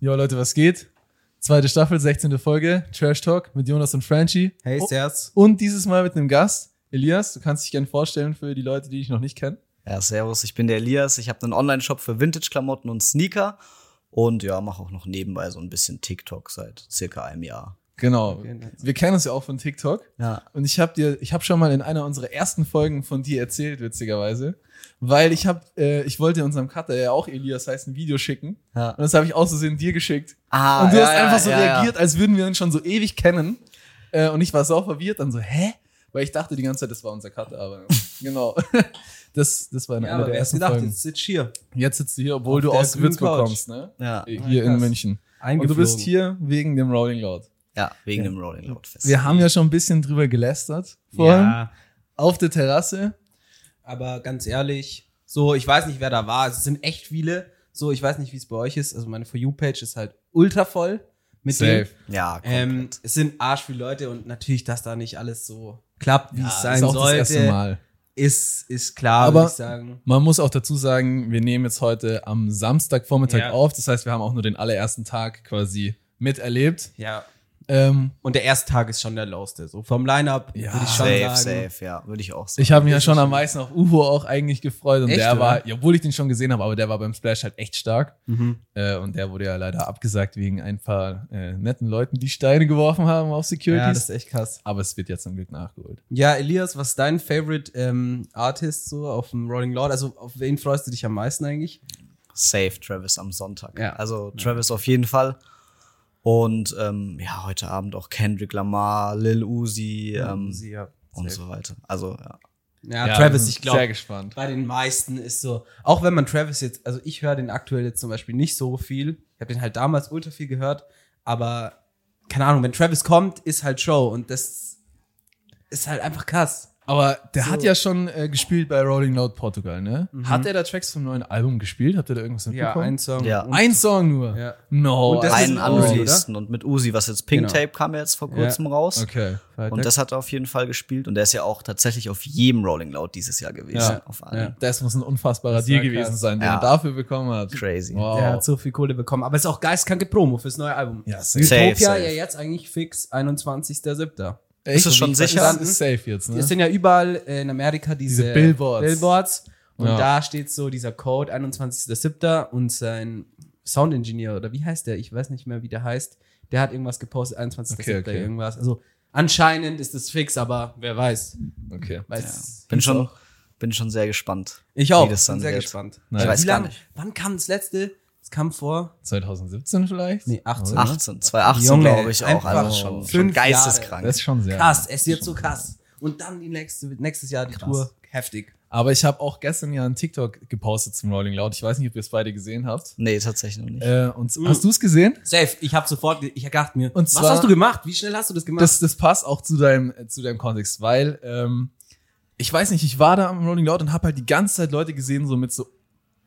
Jo Leute, was geht? Zweite Staffel, 16. Folge, Trash Talk mit Jonas und Franchi. Hey, oh, Serz. und dieses Mal mit einem Gast, Elias. Du kannst dich gerne vorstellen für die Leute, die dich noch nicht kennen. Ja, servus, ich bin der Elias. Ich habe einen Online-Shop für Vintage-Klamotten und Sneaker. Und ja, mache auch noch nebenbei so ein bisschen TikTok seit circa einem Jahr. Genau. Okay, nice. Wir kennen uns ja auch von TikTok. Ja. Und ich habe dir, ich habe schon mal in einer unserer ersten Folgen von dir erzählt, witzigerweise, weil ich habe, äh, ich wollte unserem Cutter ja auch Elias heißt ein Video schicken ja. und das habe ich aus Versehen dir geschickt Ah, und du ja, hast ja, einfach so ja, reagiert, als würden wir uns schon so ewig kennen äh, und ich war sau verwirrt dann so hä, weil ich dachte die ganze Zeit, das war unser Cutter, aber genau, das das war in Ja, einer aber der wer hätte ersten gedacht, Folgen. jetzt sitzt hier. Jetzt sitzt du hier, obwohl auf du der aus grünen Würzburg Couch. Ah, kommst, ne? Ja, ja, Hier in krass. München. Und du Eingeflogen. bist hier wegen dem Rolling Loud. ja wegen dem Rolling Loud Fest. Wir haben ja schon ein bisschen drüber gelästert vorhin Ja, auf der Terrasse. aber ganz ehrlich, so, ich weiß nicht, wer da war. Es sind echt viele. So, ich weiß nicht, wie es bei euch ist. Also meine For You-Page ist halt ultra voll mit denen. Ja, komplett. Ähm, es sind arsch viele Leute und natürlich, dass da nicht alles so klappt, wie Ja, es sein ist auch sollte, das erste Mal. Ist, ist klar, Aber- würde ich sagen. Man muss auch dazu sagen, wir nehmen jetzt heute am Samstagvormittag Ja. auf. Das heißt, wir haben auch nur den allerersten Tag quasi miterlebt. Ja. Ähm, Und der erste Tag ist schon der lauste. So vom Line-Up Ja. würde ich schon safe, sagen. safe, ja, würde ich auch sagen. ich habe mich ja Das schon ist am schön. meisten auf Uhu auch eigentlich gefreut. Und Echt, der oder? war, halt, ja, obwohl ich den schon gesehen habe, aber der war beim Splash halt echt stark. Mhm. Äh, und der wurde ja leider abgesagt wegen ein paar äh, netten Leuten, die Steine geworfen haben auf Ja, das Securities. ist echt krass. aber es wird jetzt zum Glück nachgeholt. Ja, Elias, was ist dein Favorite ähm, Artist so auf dem Rolling Loud? Also auf wen freust du dich am meisten eigentlich? Safe Travis am Sonntag. Ja. Also Travis auf jeden Fall. Und ähm, ja, heute Abend auch Kendrick Lamar, Lil Uzi, ähm, ja. und so weiter. Also ja. Ja, Ja, wir Travis, sind ich glaube, Sehr gespannt. bei den meisten ist so, auch wenn man Travis jetzt, also ich höre den aktuell jetzt zum Beispiel nicht so viel. Ich habe den halt damals ultra viel gehört, aber keine Ahnung, wenn Travis kommt, ist halt Show und das ist halt einfach krass. Aber der So. hat ja schon äh, gespielt bei Rolling Loud Portugal, ne? Mhm. Hat er da Tracks vom neuen Album gespielt? Habt ihr da irgendwas mitbekommen? Song. Ja. und- ein Song nur. Ja. No. Und das ist einen mit Alter. Uzi, oder? unreleaseden und mit Uzi, was jetzt Pink Genau. Tape kam ja jetzt vor Ja. kurzem raus. Okay. Und das hat er auf jeden Fall gespielt. Und der ist ja auch tatsächlich auf jedem Rolling Loud dieses Jahr gewesen. Ja. Auf allen. Das muss ein unfassbarer Das Deal war krass. gewesen sein, den Ja. er dafür bekommen hat. Crazy. Wow. Der hat so viel Kohle bekommen. Aber es ist auch geistkranke Promo fürs neue Album. Ja, safe. Utopia Safe, safe. ja jetzt eigentlich fix 21.07. Echt? Ist es schon Wie ich sicher? verstanden? Ist safe jetzt, Es ne? sind ja überall äh, in Amerika diese, Diese Billboards. Billboards. Und Ja. da steht so dieser Code 21.07. und sein Sound Engineer oder wie heißt der? Ich weiß nicht mehr, wie der heißt. Der hat irgendwas gepostet, 21.07. Okay, okay. irgendwas. Also anscheinend ist es fix, aber wer weiß. Okay. weiß Bin schon, bin schon sehr gespannt. Ich auch. Wie das dann bin sehr wird. gespannt. Nein. Ich weiß wie gar lange- nicht. Wann kam das letzte? Es kam vor 2017 vielleicht? Oh, Nee, 18. Oder? 18, 2018 Mhm. Junge, glaube ich auch. einfach Also schon, schon fünf geisteskrank. Das ist schon sehr. krass. Es wird so krass. Und dann die nächste, nächstes Jahr die Tour. Heftig. Aber ich habe auch gestern ja einen TikTok gepostet zum Rolling Loud. Ich weiß nicht, ob ihr es beide gesehen habt. Nee, tatsächlich noch nicht. Äh, und Mhm. hast du es gesehen? Safe, ich habe sofort, ge- ich dachte mir, Und was zwar- hast du gemacht? Wie schnell hast du das gemacht? Das, das passt auch zu deinem, äh, zu deinem Kontext, weil ähm, ich weiß nicht, ich war da am Rolling Loud und habe halt die ganze Zeit Leute gesehen, so mit so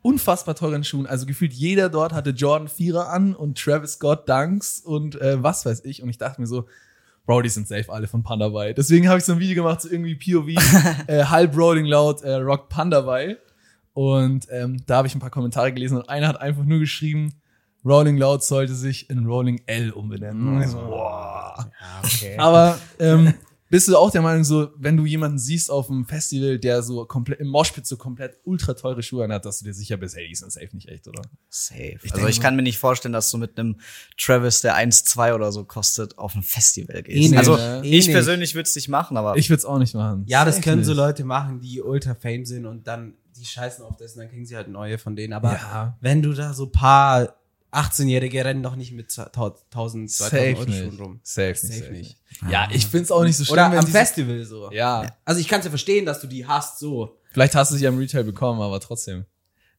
unfassbar teuren Schuhen. Also gefühlt jeder dort hatte Jordan Vierer an und Travis Scott Dunks und äh, was weiß ich. Und ich dachte mir so, Bro, die sind safe alle von Pandawai. Deswegen habe ich so ein Video gemacht, so irgendwie POV, äh, halb Rolling Loud, äh, Rock Pandawai. Und ähm, da habe ich ein paar Kommentare gelesen und einer hat einfach nur geschrieben, Rolling Loud sollte sich in Rolling L umbenennen. Und ich so, boah. Aber ähm, bist du auch der Meinung, so, wenn du jemanden siehst auf einem Festival, der so komplett im Moshpit so komplett ultra teure Schuhe anhat, dass du dir sicher bist, hey, die sind safe nicht echt, oder? Safe. Ich also denke ich mal- kann mir nicht vorstellen, dass du mit einem Travis, der 1,2 oder so kostet, auf ein Festival Eh gehst. nicht, also ne? Eh ich nicht. persönlich würde es nicht machen, aber Ich würde es auch nicht machen. ja, das Safe können so nicht. Leute machen, die ultra fame sind und dann die scheißen auf das und dann kriegen sie halt neue von denen. Aber Ja. wenn du da so paar 18-Jährige rennen doch nicht mit 1000, 2000 Safe Euro Schuhen nicht. rum. Safe nicht. Safe Safe nicht. nicht. Ja, ich finde es auch nicht so schlimm. Oder wenn am die- Festival so. Ja, Also ich kann es ja verstehen, dass du die hast so. vielleicht hast du sie am Retail bekommen, aber trotzdem.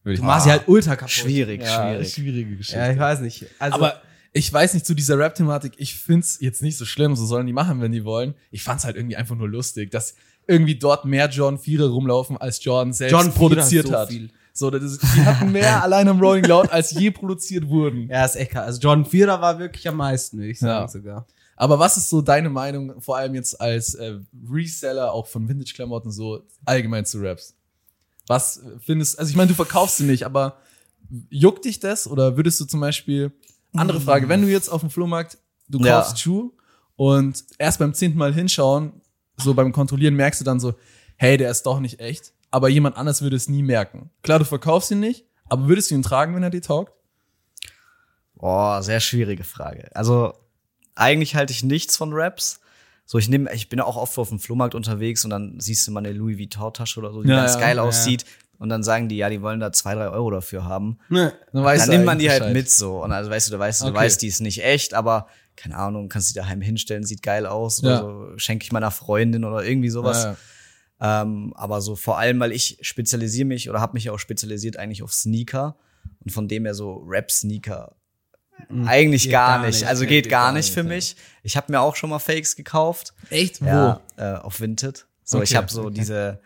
Würde ich Ah. Du machst sie halt ultra kaputt. schwierig, ja, schwierig. Schwierige Geschichte. Ja, ich weiß nicht. Also, aber ich weiß nicht zu dieser Rap-Thematik, ich find's jetzt nicht so schlimm, so sollen die machen, wenn die wollen. Ich fand's halt irgendwie einfach nur lustig, dass irgendwie dort mehr John Vierer rumlaufen, als Jordan selbst John produziert Vierer hat. so viel. So, das ist, die hatten mehr allein am Rolling Loud, als je produziert wurden. ja, ist echt krass. Also John Vierer war wirklich am meisten, würde ich sagen Ja. sogar. Aber was ist so deine Meinung, vor allem jetzt als äh, Reseller auch von Vintage-Klamotten so allgemein zu Raps? Was findest, also ich meine, du verkaufst sie nicht, aber juckt dich das oder würdest du zum Beispiel Andere Frage, wenn du jetzt auf dem Flohmarkt, du Mm. Ja. kaufst Schuh und erst beim zehnten Mal hinschauen, so beim Kontrollieren merkst du dann so, hey, der ist doch nicht echt, aber jemand anders würde es nie merken. Klar, du verkaufst ihn nicht, aber würdest du ihn tragen, wenn er dir taugt? Boah, sehr schwierige Frage. Also, eigentlich halte ich nichts von Raps. So, ich nehme, ich bin auch oft auf dem Flohmarkt unterwegs und dann siehst du mal eine Louis Vuitton-Tasche oder so, die Ja, ganz ja, geil ja. aussieht. Und dann sagen die, ja, die wollen da zwei, drei Euro dafür haben. Ne. Dann, weißt dann du nimmt man eigentlich die halt Bescheid. mit so. Und also weißt du, du weißt, du Okay. weißt, die ist nicht echt, aber keine Ahnung, kannst die daheim hinstellen, sieht geil aus oder Ja. so, schenke ich meiner Freundin oder irgendwie sowas. Ja, Ähm, aber so vor allem, weil ich spezialisiere mich oder habe mich auch spezialisiert eigentlich auf Sneaker und von dem her so Rap-Sneaker eigentlich Geht gar, gar nicht. nicht, Also ne? geht, gar, nicht für mich. Ich habe mir auch schon mal Fakes gekauft. Echt? Wo? Ja, äh, auf Vinted. So, ich Okay, habe so diese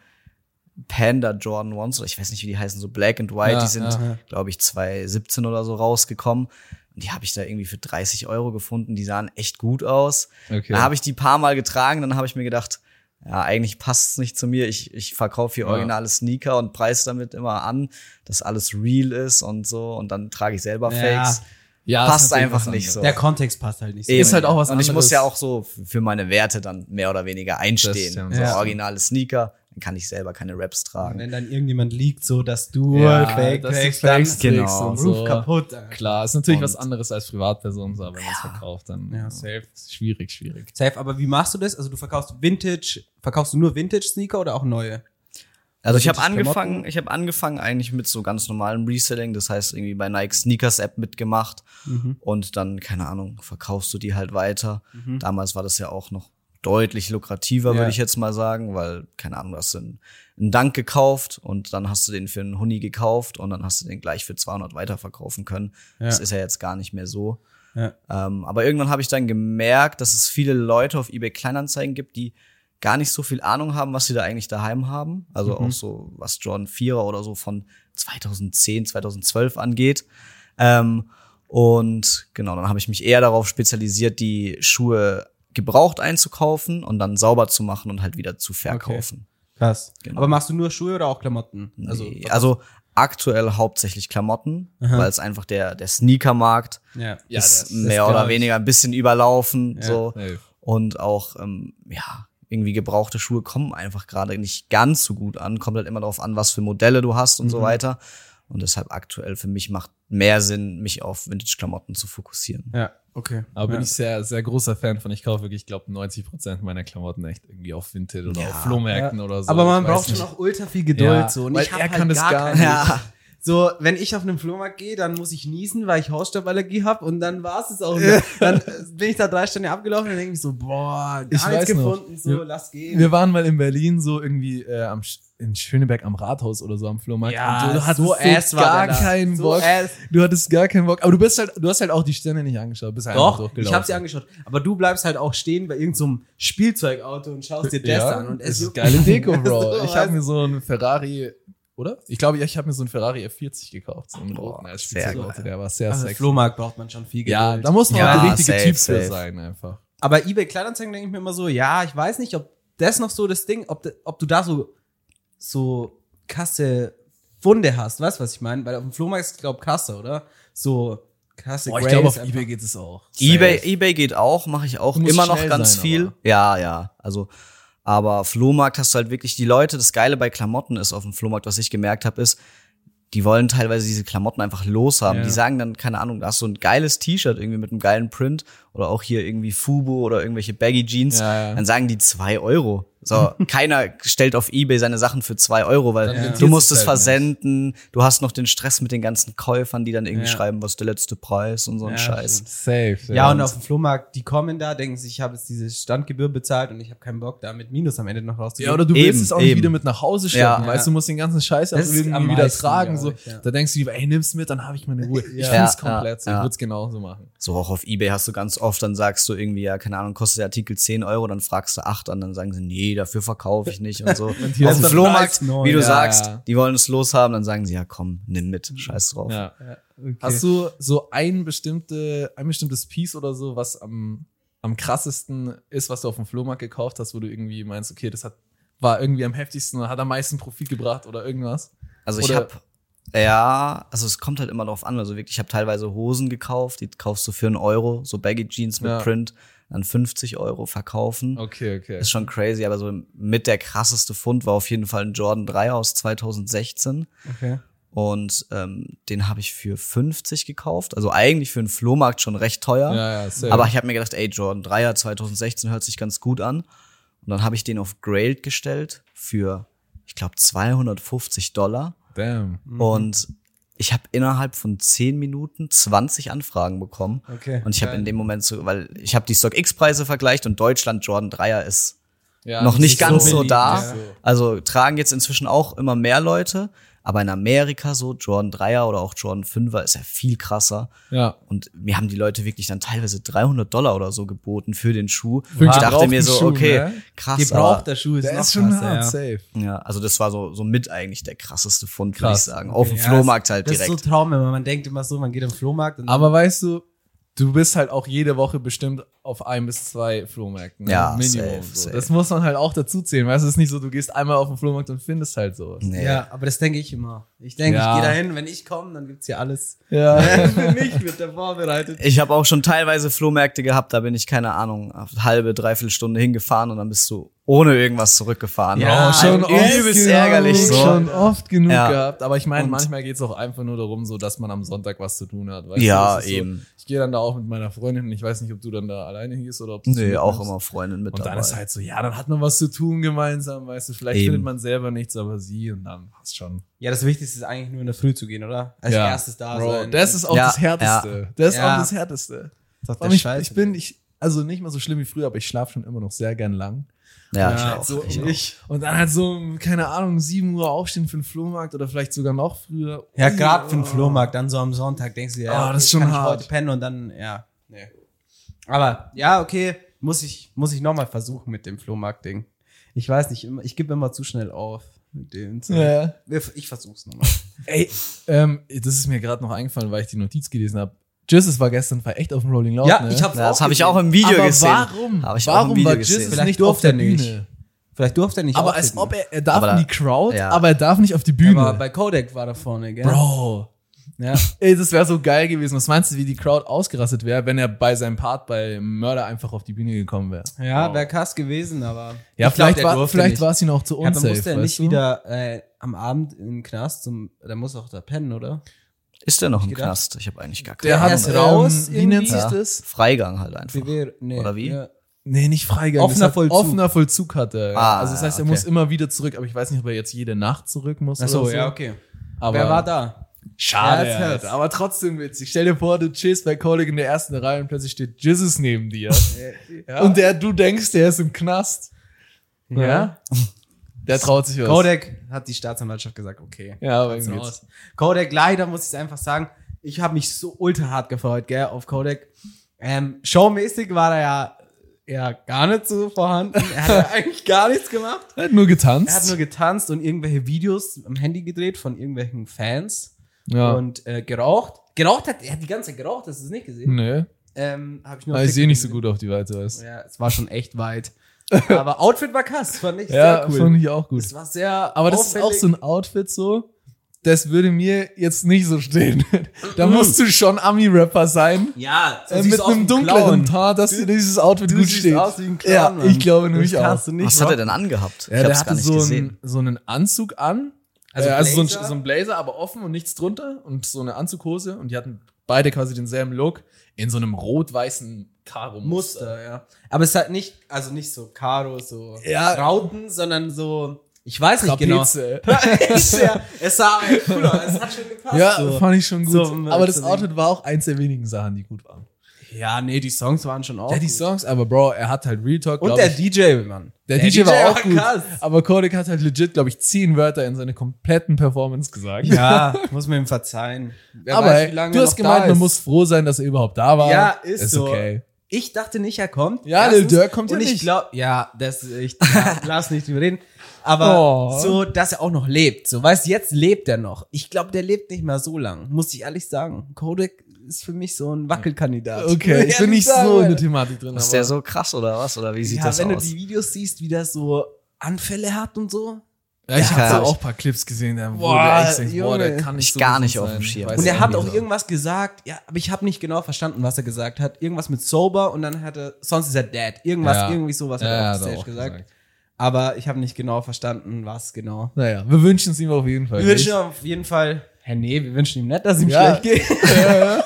Panda Jordan Ones oder ich weiß nicht, wie die heißen, so Black and White, Ja, die sind, ja. glaube ich, 2017 oder so rausgekommen. Und die habe ich da irgendwie für 30 Euro gefunden. Die sahen echt gut aus. Okay. Da habe ich die paar Mal getragen, dann habe ich mir gedacht, ja, eigentlich passt es nicht zu mir. Ich, ich verkaufe hier Ja. originale Sneaker und preise damit immer an, dass alles real ist und so. Und dann trage ich selber Ja. Fakes. Ja, passt ist natürlich einfach was nicht anderes. so. Der Kontext passt halt nicht so. Ist halt auch was Und ich muss anderes. ja auch so f- für meine Werte dann mehr oder weniger einstehen. stimmt. so Ja. originale Sneaker, dann kann ich selber keine Raps tragen. Wenn dann irgendjemand liegt, so dass du halt halt Ja, fake, dass du fake, dann fakes, ist genau. fakes der und Roof so. kaputt. Alter. Klar, ist natürlich Und- was anderes als Privatperson, so, aber wenn man es verkauft, dann Ja, ja, safe. ist schwierig, schwierig. Safe, aber wie machst du das? Also du verkaufst Vintage, verkaufst du nur Vintage-Sneaker oder auch neue? Also ich habe Vintage angefangen, ich habe angefangen eigentlich mit so ganz normalem Reselling, das heißt irgendwie bei Nike Sneakers App mitgemacht Mhm. und dann keine Ahnung, verkaufst du die halt weiter. Damals war das ja auch noch deutlich lukrativer, Mhm. Ja. würde ich jetzt mal sagen, weil keine Ahnung, du hast einen, einen Dank gekauft und dann hast du den für einen Huni gekauft und dann hast du den gleich für 200 weiterverkaufen können. Ja. Das ist ja jetzt gar nicht mehr so. Ja. Ähm, aber irgendwann habe ich dann gemerkt, dass es viele Leute auf eBay Kleinanzeigen gibt, die gar nicht so viel Ahnung haben, was sie da eigentlich daheim haben. Also auch so, was Jordan 4 oder so von 2010, 2012 angeht. Ähm, und genau, dann habe ich mich eher darauf spezialisiert, die Schuhe gebraucht einzukaufen und dann sauber zu machen und halt wieder zu verkaufen. Krass. Genau. Aber machst du nur Schuhe oder auch Klamotten? Also, also aktuell hauptsächlich Klamotten, weil es einfach der, der Sneakermarkt ja. Ja, das- ist das mehr glaub oder ich. weniger ein bisschen überlaufen. so. safe. Und auch, ähm, ja, irgendwie gebrauchte Schuhe kommen einfach gerade nicht ganz so gut an. Kommt halt immer darauf an, was für Modelle du hast und so weiter. Und deshalb aktuell für mich macht mehr Sinn, mich auf Vintage-Klamotten zu fokussieren. Ja, okay. Aber ja. bin ich sehr, sehr großer Fan von. Ich kaufe wirklich, ich glaube, 90% meiner Klamotten echt irgendwie auf Vinted oder Ja. auf Flohmärkten oder so. Aber man Ich weiß braucht schon nicht. auch ultra viel Geduld. Ja, so. Und weil ich hab er halt kann das gar keine. Ja. So, wenn ich auf einen Flohmarkt gehe, dann muss ich niesen, weil ich Hausstauballergie habe und dann war es es auch. wieder. Dann äh, bin ich da drei Stunden abgelaufen und denke ich so, boah, gar Ich nichts weiß noch. gefunden, so, Wir- lass gehen. Wir waren mal in Berlin so irgendwie äh, am, Sch- in Schöneberg am Rathaus oder so am Flohmarkt. und du, du hattest so, gar der da. keinen so Bock. Ass. Du hattest gar keinen Bock. Aber du bist halt, du hast halt auch die Stände nicht angeschaut. Bist halt einfach Doch, ich durchgelaufen. habe sie angeschaut. Aber du bleibst halt auch stehen bei irgendeinem so Spielzeugauto und schaust dir das ja, an. Und es es ist geile Deko, Bro. So, ich weißt habe du? mir so einen Ferrari, oder? Ich glaube, ja, ich habe mir so einen Ferrari F40 gekauft. So einen Boah, roten als sehr Spielzeugauto. geil. Der war sehr Also sexy. Flohmarkt braucht man schon viel Geduld. Ja, da muss man Ja, auch der richtige safe, Typ für safe. sein, einfach. Aber eBay Kleinanzeigen denke ich mir immer so, ja, ich weiß nicht, ob das noch so das Ding, ob, de, ob du da so so kasse Funde hast, weißt du, was ich meine? Weil auf dem Flohmarkt ist glaube Kasse, oder? So kasse Boah, ich Grace glaube, auf einfach. Ebay geht es auch. eBay, eBay geht auch, mache ich auch Du musst immer noch schnell ganz sein, viel. aber. Ja, ja. Also, aber Flohmarkt hast du halt wirklich die Leute. Das Geile bei Klamotten ist auf dem Flohmarkt, was ich gemerkt habe, ist, die wollen teilweise diese Klamotten einfach loshaben. Ja. Die sagen dann, keine Ahnung, da hast du ein geiles T-Shirt irgendwie mit einem geilen Print oder auch hier irgendwie Fubo oder irgendwelche Baggy Jeans. Ja, ja. Dann sagen die zwei Euro. So, keiner stellt auf Ebay seine Sachen für zwei Euro, weil Dann rentiert du musst sich's es halt nicht. versenden, du hast noch den Stress mit den ganzen Käufern, die dann irgendwie Ja. schreiben, was ist der letzte Preis und so ein Ja, Scheiß. stimmt. Safe. Ja, und auf dem Flohmarkt, die kommen da, denken sich, ich habe jetzt diese Standgebühr bezahlt und ich habe keinen Bock, da mit Minus am Ende noch rauszugehen. ja, oder du Eben, willst es auch nicht eben. wieder mit nach Hause schleppen, Ja. weißt du, musst den ganzen Scheiß Das also ist am irgendwie wieder meisten, tragen. glaub So. ich, ja. Da denkst du lieber, ey, nimm's mit, dann habe ich meine Ruhe. Ich Ja. fühl's Ja, komplett so. ja. Ich würde es genauso machen. So auch auf Ebay hast du ganz oft, dann sagst du irgendwie, ja, keine Ahnung, kostet der Artikel 10 Euro, dann fragst du 8 an, dann sagen sie, nee, dafür verkaufe ich nicht und so. hier auf ist dem der Flohmarkt, Preis neun, wie du ja, sagst, ja. die wollen es loshaben, dann sagen sie, ja, komm, nimm mit, scheiß drauf. Ja. okay. Hast du so ein, bestimmte, ein bestimmtes Piece oder so, was am, am krassesten ist, was du auf dem Flohmarkt gekauft hast, wo du irgendwie meinst, okay, das hat, war irgendwie am heftigsten oder hat am meisten Profit gebracht oder irgendwas? Also ich Oder- habe Ja, also es kommt halt immer darauf an. Also wirklich, ich habe teilweise Hosen gekauft, die kaufst du für einen Euro, so Baggy Jeans mit Ja. Print an 50 Euro verkaufen. Okay, okay. Ist schon crazy, aber so mit der krasseste Fund war auf jeden Fall ein Jordan 3 aus 2016. Okay. Und ähm, den habe ich für 50 gekauft. Also eigentlich für einen Flohmarkt schon recht teuer. Ja, ja, safe. Aber ich habe mir gedacht, ey, Jordan 3er 2016 hört sich ganz gut an. Und dann habe ich den auf Grailed gestellt für, ich glaube, 250 Dollar. Damn. Und ich habe innerhalb von 10 Minuten 20 Anfragen bekommen. Okay. Und ich habe Geil. in dem Moment so, weil ich habe die Stock X-Preise vergleicht und Deutschland Jordan 3er ist Ja, noch das ist nicht ganz so, beliebt, da. ja. Also tragen jetzt inzwischen auch immer mehr Leute. Aber in Amerika so Jordan 3er oder auch Jordan 5er ist ja viel krasser. Ja. Und mir haben die Leute wirklich dann teilweise 300 Dollar oder so geboten für den Schuh. den ich dachte gebrauchten mir so, Schuh, okay, ne? krass. aber- Gebrauchter Schuh ist Der noch ist schon krasser, hart, ja. safe. Ja, also das war so, so mit eigentlich der krasseste Fund, würde ich Krass. sagen. Auf dem Ja, Flohmarkt halt das direkt. Das ist so Traum, wenn man, man denkt immer so, man geht im Flohmarkt und Aber weißt du, du bist halt auch jede Woche bestimmt auf ein bis zwei Flohmärkten. ne? Ja, safe, so. safe. Das muss man halt auch dazu zählen. Weißt du, es ist nicht so, du gehst einmal auf den Flohmarkt und findest halt sowas. nee. Ja, aber das denke ich immer. Ich denke, Ja. ich gehe dahin, wenn ich komme, dann gibt's hier alles. Ja. Für mich wird da vorbereitet. Ich habe auch schon teilweise Flohmärkte gehabt, da bin ich, keine Ahnung, eine halbe, dreiviertel Stunde hingefahren und dann bist du ohne irgendwas zurückgefahren. Ja, Oh, schon also Ein oft übelst genug, ärgerlich so. Schon oft genug Ja. gehabt. Aber ich meine, Und- manchmal geht es auch einfach nur darum, so dass man am Sonntag was zu tun hat. Weißt Ja, du, das ist eben. So, ich gehe dann da auch mit meiner Freundin. Ich weiß nicht, ob du dann da alleine hingehst oder ob du Nee, zu auch mitnimmst. immer Freundin mit Und dabei. dann ist halt so, ja, dann hat man was zu tun gemeinsam, weißt du. Vielleicht Eben. findet man selber nichts, aber sie und dann passt schon. Ja, das Wichtigste ist eigentlich nur in der Früh zu gehen, oder? Als Ja. erstes da Bro, sein. Das ist auch Ja, das Härteste. Das ist Ja. auch das Härteste. Das ist Vor doch allem der Ich, Scheiß. ich bin, ich, also nicht mal so schlimm wie früher, aber ich schlafe schon immer noch sehr gern lang. ja, Ja, um ich auch. so, ich und, auch. ich, und dann halt so, keine Ahnung, um 7 Uhr aufstehen für den Flohmarkt oder vielleicht sogar noch früher. ja, Ui, gerade für den oh. Flohmarkt, dann so am Sonntag denkst du dir, ja, Ah, das ist ich schon kann hart. heute pennen und dann, ja. Nee. Aber ja, okay, muss ich, muss ich nochmal versuchen mit dem Flohmarkt-Ding. Ich weiß nicht, immer- ich gebe immer zu schnell auf mit dem. Zeug. Ja. Wir- Ich versuch's nochmal. Ey, ähm, das ist mir gerade noch eingefallen, weil ich die Notiz gelesen habe. Jesus war gestern war echt auf dem Rolling Loud. ne? hab's Ja, das habe ich gesehen. auch im Video aber gesehen. Warum? Hab ich auch warum im Video war gesehen. Jesus Vielleicht nicht auf durfte der er nicht. Bühne? Vielleicht durfte er nicht Aber als auftreten. ob er, er darf Aber in da- die Crowd, ja. aber er darf nicht auf die Bühne. Aber bei Kodak war da vorne, gell? Bro. Ja. Ey, das wäre so geil gewesen. Was meinst du, wie die Crowd ausgerastet wäre, wenn er bei seinem Part bei Mörder einfach auf die Bühne gekommen wäre? Ja, wäre krass gewesen, aber. Ja, Ich glaub, vielleicht, der war, durfte vielleicht nicht. war es ihn auch zu Ja, aber unsafe. muss der weißt nicht du? wieder äh, am Abend in den Knast zum. Da muss auch da pennen, oder? Ist der noch im gedacht. Knast? Ich habe eigentlich gar keine der der hat ist ähm, raus Wie nennt irgendwie? sich Ja. das? Freigang halt einfach. BW, nee. Oder wie? Ja. Nee, nicht Freigang. Offener das hat- Vollzug. Offener Vollzug hat er. ja. Ah, also das heißt, er okay. muss immer wieder zurück, aber ich weiß nicht, ob er jetzt jede Nacht zurück muss. Achso, oder so. ja, okay. Aber Wer war da? Schade. Ja, das hört's. Alter. aber trotzdem witzig. Stell dir vor, du chillst bei Kollegen in der ersten Reihe und plötzlich steht Jesus neben dir. Ja. Und der, du denkst, der ist im Knast. ja. Der traut sich was. Kodak hat die Staatsanwaltschaft gesagt, okay. Ja, aber Jetzt irgendwie raus. Kodak, leider muss ich es einfach sagen, ich habe mich so ultra hart gefreut, gell, auf Kodak. Ähm, showmäßig war er ja, ja gar nicht so vorhanden. Er hat ja eigentlich gar nichts gemacht. Er hat nur getanzt. Er hat nur getanzt und irgendwelche Videos am Handy gedreht von irgendwelchen Fans ja. und äh, geraucht. Geraucht hat, er hat die ganze Zeit geraucht, hast du es nicht gesehen? Nö. Ähm, hab ich nur Aber auf Ah, ich sehe TikTok nicht so gesehen. gut auf die Weite, weißt du. Ja, es war schon echt weit. Aber Outfit war krass, fand ich Ja, sehr cool. fand ich auch gut. Das war sehr Aber das ist auch so ein Outfit so, das würde mir jetzt nicht so stehen. da musst du schon Ami-Rapper sein. Ja, Äh, mit einem dunkleren Haar, dass dir dieses Outfit Du gut siehst steht. aus wie ein Clown, ja, Mann. ich glaube Das nämlich auch. kannst du nicht Was hat er denn angehabt? Ja, ich der hab's hatte gar nicht so, gesehen. einen, so einen Anzug an. Also, Also äh, also so, ein, Blazer? so ein Blazer, aber offen und nichts drunter und so eine Anzughose und die hatten beide quasi denselben Look in so einem rot-weißen Karo-Muster. Muster, ja. Aber es hat nicht, also nicht so Karo, so Ja. Rauten, sondern so, ich weiß nicht Trapeze. genau. ja, es sah aber echt cool aus, es hat schon gepasst. Ja, so. fand ich schon gut. So, um, aber das zu sehen. Outfit war auch eins der wenigen Sachen, die gut waren. ja, nee, die Songs waren schon auch ja, die gut. Songs, aber Bro, er hat halt Real Talk. Und glaub der ich, DJ, Mann. der, DJ, war auch gut. krass. Aber Kodak hat halt legit, glaube ich, zehn Wörter in seiner kompletten Performance gesagt. Ja, muss man ihm verzeihen. Wer aber weiß, hey, wie lange du er hast noch da gemeint, man ist. muss froh sein, dass er überhaupt da war. Ja, ist so. okay. Ich dachte nicht, er kommt. Ja, Erstens. Lil Durk kommt und ja Ich nicht. glaub, ja, das ist echt. Ja, lass nicht drüber reden. Aber Oh. so, dass er auch noch lebt. So, weißt du, jetzt lebt er noch. Ich glaube, der lebt nicht mehr so lang, muss ich ehrlich sagen. Kodak ist für mich so ein Wackelkandidat. Okay, ich bin Ehrlich nicht sagen, so in der Alter. Thematik drin. Ist aber- der so krass oder was? Oder wie sieht ja, das wenn aus? du die Videos siehst, wie der so Anfälle hat und so. Ja, ich Ja, habe hab ich- auch ein paar Clips gesehen, da wo Boah, der echt denkt, boah, der Junge. kann nicht Ich so gar gesund nicht auf sein. dem Schirm. Weiß Und er ich hat nicht, auch aber- irgendwas gesagt, ja, aber ich habe nicht genau verstanden, was er gesagt hat. Irgendwas mit sober und dann hat er, sonst ist er dead. Irgendwas, Ja. irgendwie sowas Ja, hat er ja, auf hat er Stage auch gesagt. gesagt. Aber ich habe nicht genau verstanden, was genau. Naja, wir wünschen es ihm auf jeden Fall. Wir wünschen ihm auf jeden Fall, Herr nee, wir wünschen ihm nicht, dass es ihm Ja. schlecht geht. ja,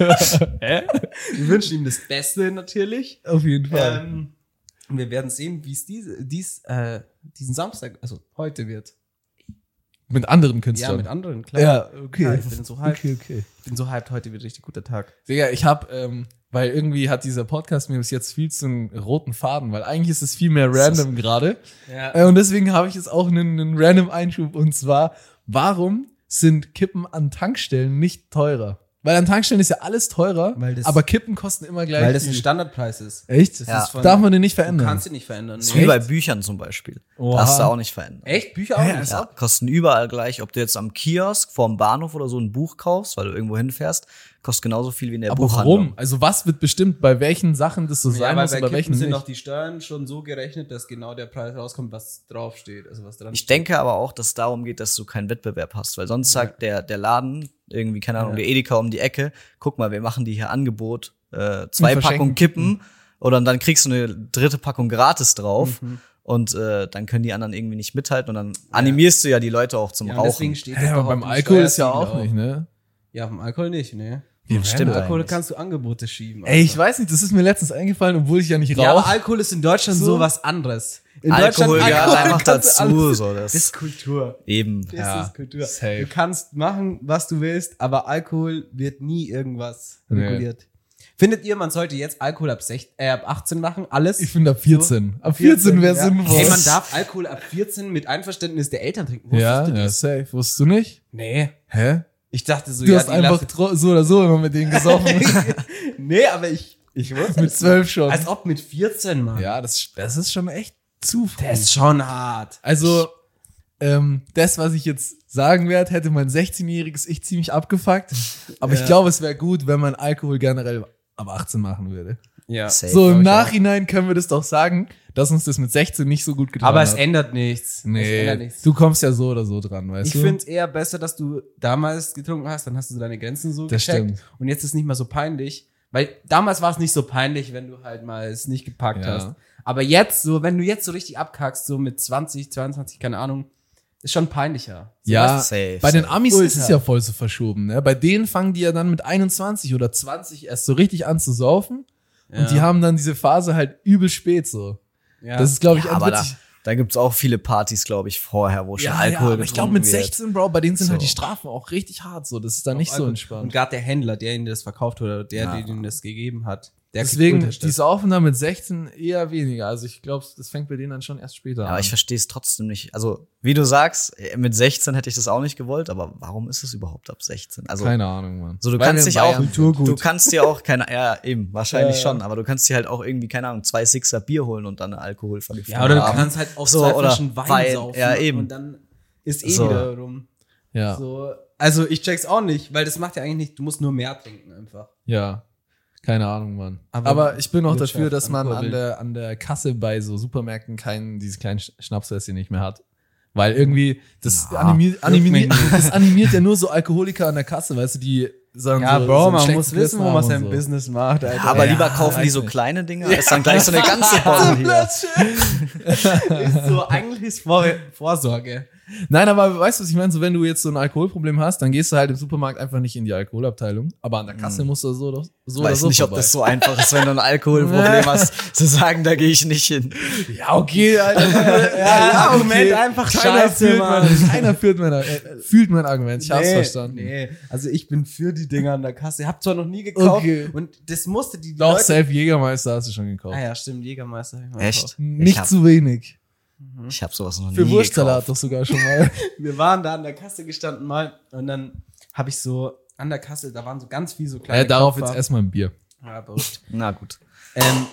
Wir wünschen ihm das Beste natürlich. auf jeden Fall. Ähm, und wir werden sehen, wie es diese, dies, äh, diesen Samstag, also heute wird. mit anderen Ja, mit Künstlern. anderen, klar. Ja, Ja, ich bin so hyped. Okay, okay. Ich bin so hyped, heute wird richtig guter Tag. Digga, ich hab, ähm, weil irgendwie hat dieser Podcast mir bis jetzt viel zu einen roten Faden, weil eigentlich ist es viel mehr random gerade. Ja. Äh, Und deswegen habe ich jetzt auch einen, einen random Einschub und zwar, warum sind Kippen an Tankstellen nicht teurer? Weil an Tankstellen ist ja alles teurer, Weil das- aber Kippen kosten immer gleich. Weil das ein viel. Standardpreis ist. Echt? Ja. von- Darf man den nicht Du verändern? kannst ihn nicht verändern. Das ist nee. wie bei Büchern zum Beispiel. Oha. Das hast du auch nicht verändert. Echt? Bücher Ja, nicht? ist Ja, kosten überall gleich. Ob du jetzt am Kiosk, vorm Bahnhof oder so ein Buch kaufst, weil du irgendwo hinfährst, kostet genauso viel wie in der aber Buchhandlung. warum? Also was wird bestimmt, bei welchen Sachen das so sein ja, weil muss bei, und bei welchen Kippen sind nicht? auch die Steuern schon so gerechnet, dass genau der Preis rauskommt, was draufsteht. Also was dran Ich denke aber auch, dass es darum geht, dass du keinen Wettbewerb hast, weil sonst sagt der, der Laden, irgendwie, keine Ahnung, Ja. der Edeka um die Ecke, guck mal, wir machen dir hier Angebot, äh, zwei Und verschenken Packungen Kippen oder und dann kriegst du eine dritte Packung gratis drauf und äh, dann können die anderen irgendwie nicht mithalten und dann animierst du ja die Leute auch zum ja, und deswegen Rauchen. steht das Ja, doch aber auf beim dem Alkohol ist ja Steuerzettel auch nicht, ne? Ja, beim Alkohol nicht, ne? Ja, stimmt Beim Alkohol- Alkohol eigentlich. kannst du Angebote schieben. Ey, ich Alter. weiß nicht, das ist mir letztens eingefallen, obwohl ich ja nicht Also- Ja, aber rauche. Alkohol ist in Deutschland So. so, was anderes. In Alkohol gehört einfach kannst du dazu, alles- so das. Das ist Kultur. Eben. Das Ja, ist Kultur. safe. Du kannst machen, was du willst, aber Alkohol wird nie irgendwas Nee. reguliert. Findet ihr, man sollte jetzt Alkohol ab, 16, äh, ab 18 machen? Alles? ich finde ab 14. Ab 14 wäre ja. Ah, sinnvoll. Ey, man darf Alkohol ab 14 mit Einverständnis der Eltern trinken. Wusstest ja, du ja, das? safe. Wusstest du nicht? Nee. Hä? Ich dachte so, Du ja, hast die einfach lassen- tro- so oder so immer mit denen gesoffen. nee, aber ich, ich wusste mit das. 12 schon. Als ob mit 14, Mann. ja, das, das ist schon echt zu früh. Der ist schon hart. Also, ähm, das, was ich jetzt sagen werde, hätte mein 16-jähriges Ich ziemlich abgefuckt. Aber ich Ja. glaube, es wäre gut, wenn man Alkohol generell ab 18 machen würde. Ja. Safe, so im glaub ich auch. Nachhinein können wir das doch sagen, dass uns das mit 16 nicht so gut getan Aber hat. es ändert nichts. Es ändert Nee, nichts. du kommst ja so oder so dran, weißt Ich du? finde es eher besser, dass du damals getrunken hast, dann hast du deine Grenzen so Das gecheckt stimmt. und jetzt ist nicht mehr so peinlich. Weil damals war es nicht so peinlich, wenn du halt mal es nicht gepackt Ja. hast. Aber jetzt, so, wenn du jetzt so richtig abkackst, so mit 20, 22, keine Ahnung, ist schon peinlicher. So, ja, weißt du, safe, bei den safe. Amis ist Ultra. es ja voll so verschoben. Ne? Bei denen fangen die ja dann mit 21 oder 20 erst so richtig an zu saufen. Ja. Und die haben dann diese Phase halt übel spät so. ja. Das ist, glaube ich, also Ja, auch aber da, witzig. da gibt's auch viele Partys, glaube ich, vorher, wo schon Alkohol aber getrunken ich glaube mit wird. 16, Bro, bei denen sind So. halt die Strafen auch richtig hart so. Das ist dann nicht so Und entspannt. gerade der Händler, der ihnen das verkauft hat oder der, Ja. der ihnen das gegeben hat, der kriegt Deswegen, Unterstand. die saufen dann mit 16 eher weniger. Also ich glaube, das fängt bei denen dann schon erst später Aber an. ich verstehe es trotzdem nicht. Also, wie du sagst, äh, mit 16 hätte ich das auch nicht gewollt, aber warum ist es überhaupt ab 16? Also, Keine Ahnung, Mann. so du Weil kannst wir dich in auch, Bayern sind. du kannst dir auch, keine, ja, eben, wahrscheinlich Ja, ja. schon, aber du kannst dir halt auch irgendwie, keine Ahnung, zwei Sixer Bier holen und dann Alkohol vergiften. ja, oder du am Abend. kannst halt auch So, zwei oder Flaschen Wein, Wein, saufen ja, eben. und dann ist eh So. wieder rum. Ja, So, also ich check's auch nicht, weil das macht ja eigentlich nicht, du musst nur mehr trinken einfach. ja. Keine Ahnung, Mann. Aber Aber, ich bin auch Wirtschaft dafür, dass am man an Kurbeln. der, an der Kasse bei so Supermärkten keinen, diese kleinen Sch- Schnapsfässchen nicht mehr hat. Weil irgendwie, das, Na, animi animi wirkt mich das animiert ja nur so Alkoholiker an der Kasse, weißt du, die sagen so, so ein schlechtes Gewissen haben und so. Business macht, Alter. Ja, aber Ja, lieber kaufen die weiß so nicht. kleine Dinge, als dann gleich so eine ganze Portion hier. ist so eigentlich ist Vor Vorsorge. Nein, aber weißt du, was ich meine? So, wenn du jetzt so ein Alkoholproblem hast, dann gehst du halt im Supermarkt einfach nicht in die Alkoholabteilung. Aber an der Hm. Kasse musst du so oder so. Ich weiß oder so nicht, ob vorbei. das so einfach ist, wenn du ein Alkoholproblem hast, zu sagen, da gehe ich nicht hin. Ja, okay, Alter. Ja, Argument einfach Keiner scheiße, fühlt Mann. mein, keiner fühlt mein, äh, fühlt mein Argument. Ich hab's verstanden. Nee, also ich bin für die Dinger an der Kasse. Hab zwar noch nie gekauft Okay. und das musste die Doch, Leute. Safe Jägermeister hast du schon gekauft. Ah ja, stimmt, Jägermeister. hab ich mal Echt? gekauft. Nicht Ich hab, zu wenig. ich hab sowas noch nie Hm, Für gekauft. Wurstsalat doch sogar schon mal. Wir waren da an der Kasse gestanden mal und dann habe ich so an der Kasse, da waren so ganz viel so kleine. ja, darauf Klopfer. jetzt erstmal ein Bier. Ja, bewusst. Na gut. Ähm,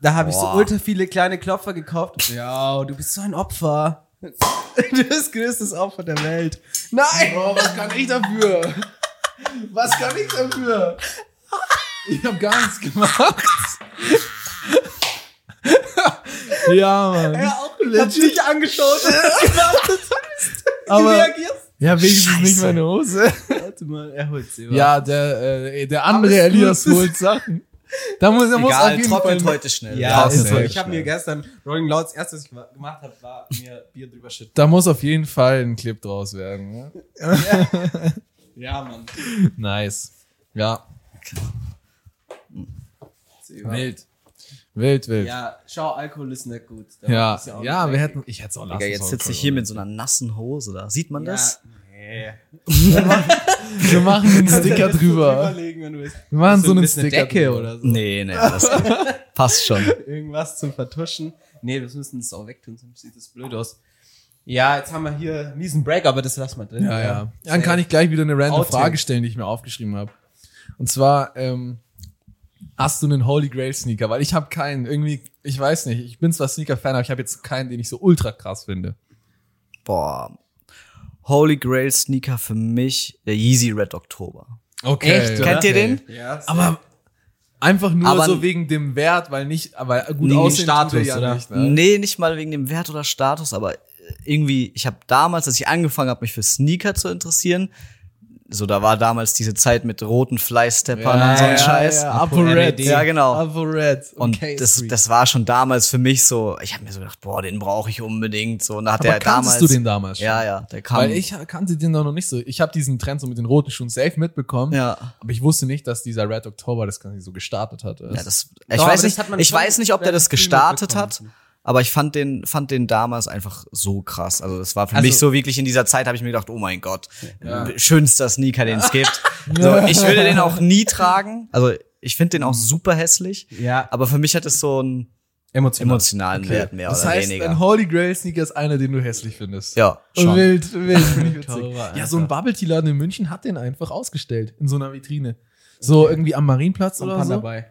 da habe ich so Boah. ultra viele kleine Klopfer gekauft. Ja, du bist so ein Opfer. Du bist das größte Opfer der Welt. Nein! was kann ich dafür? Was kann ich dafür? Ich hab gar nichts gemacht. ja, Mann. Ja, auch hab dich angeschaut und gewartet, wie du Aber- reagierst. Ja, wenigstens nicht Scheiße. meine Hose. Warte mal, er holt sie. Ja. Ja, der, äh, der andere Alles Elias gut. holt Sachen. Da muss, da muss auf Egal, jeden trocknet Fall, heute schnell. Ja, Ja, ist so. sehr Ich habe schnell. mir gestern Rolling Louds erstes, was ich wa- gemacht habe, war mir Bier drüber schütten. Da muss auf jeden Fall ein Clip draus werden. Ne? Ja, Mann. Nice. Ja, Nee. wild. Wild, wild. Ja, Ja, schau, Alkohol ist nicht gut. Da ja, ist auch ja nicht wir weg. hätten, ich hätte es auch lassen Digga, jetzt sollen, sitze ich voll hier mit so einer nassen Hose da. Sieht man das? Ja, nee. ordentlich. Wir machen einen Sticker Kannst du drüber. drüberlegen, wenn du willst. Wir machen So so ein einen bisschen Sticker Decke drüber. oder so. Nee, nee, das passt schon. Irgendwas zum Vertuschen. Nee, wir müssen das auch wegtun, sonst sieht das blöd aus. Ja, jetzt haben wir hier einen miesen Break, aber das lassen wir drin. Ja, ja. Dann kann ich gleich wieder eine random Outing. Frage stellen, die ich mir aufgeschrieben habe. Und zwar, ähm, hast du einen Holy Grail Sneaker? Weil ich habe keinen. Irgendwie, ich weiß nicht. Ich bin zwar Sneaker-Fan, aber ich habe jetzt keinen, den ich so ultra krass finde. Boah. Holy Grail Sneaker für mich, der Yeezy Red Oktober. Okay. Echt? Kennt ihr den? Ja, sehr. Aber einfach nur Aber- so wegen dem Wert, weil nicht, aber gut Nee, aussehen Status, tut er ja oder? nicht. Ne? Nee, nicht mal wegen dem Wert oder Status, aber äh, irgendwie, ich habe damals, als ich angefangen habe, mich für Sneaker zu interessieren, so da war damals diese Zeit mit roten Flysteppern und so ein Scheiß. Ja, Apo E Red. LED. Ja, genau. Apo Red. Und K-Street. das, das war schon damals für mich so, ich habe mir so gedacht, boah, den brauche ich unbedingt. So, und da hat aber der kanntest damals. du den damals schon? ja, ja, der kam. Weil ich kannte den doch noch nicht so. Ich habe diesen Trend so mit den roten Schuhen safe mitbekommen. Ja. Aber ich wusste nicht, dass dieser Red October das Ganze so gestartet hat. Ja, das, ich Doch, aber weiß das nicht, hat man ich schon weiß nicht, ob der das relativ viel gestartet hat, mitbekommen. aber ich fand den, fand den damals einfach so krass. Also das war für Also- mich so wirklich in dieser Zeit habe ich mir gedacht, oh mein Gott, schönster Sneaker, den es gibt. So, Ja. ich würde den auch nie tragen. Also ich finde den auch super hässlich. Ja. Aber für mich hat es so einen emotional. emotionalen Wert mehr das oder heißt, ein weniger. Holy Grail Sneaker ist einer, den du hässlich findest. Ja, schon. Wild, wild, finde ich witzig. Tauber, ja, so ein Bubble Tea Laden in München hat den einfach ausgestellt in so einer Vitrine. So irgendwie am Marienplatz Und oder Pan so. dabei.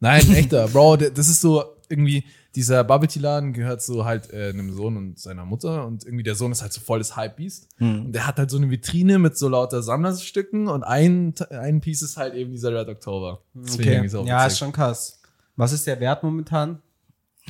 Nein, ein echter, Bro, der- das ist so irgendwie dieser Bubble Tea Laden gehört so halt äh, einem Sohn und seiner Mutter und irgendwie der Sohn ist halt so voll das Hype-Beast und der hat halt so eine Vitrine mit so lauter Sammlerstücken und ein, ein Piece ist halt eben dieser Red October. Das finde ich irgendwie so ja, witzig. ist schon krass. Was ist der Wert momentan?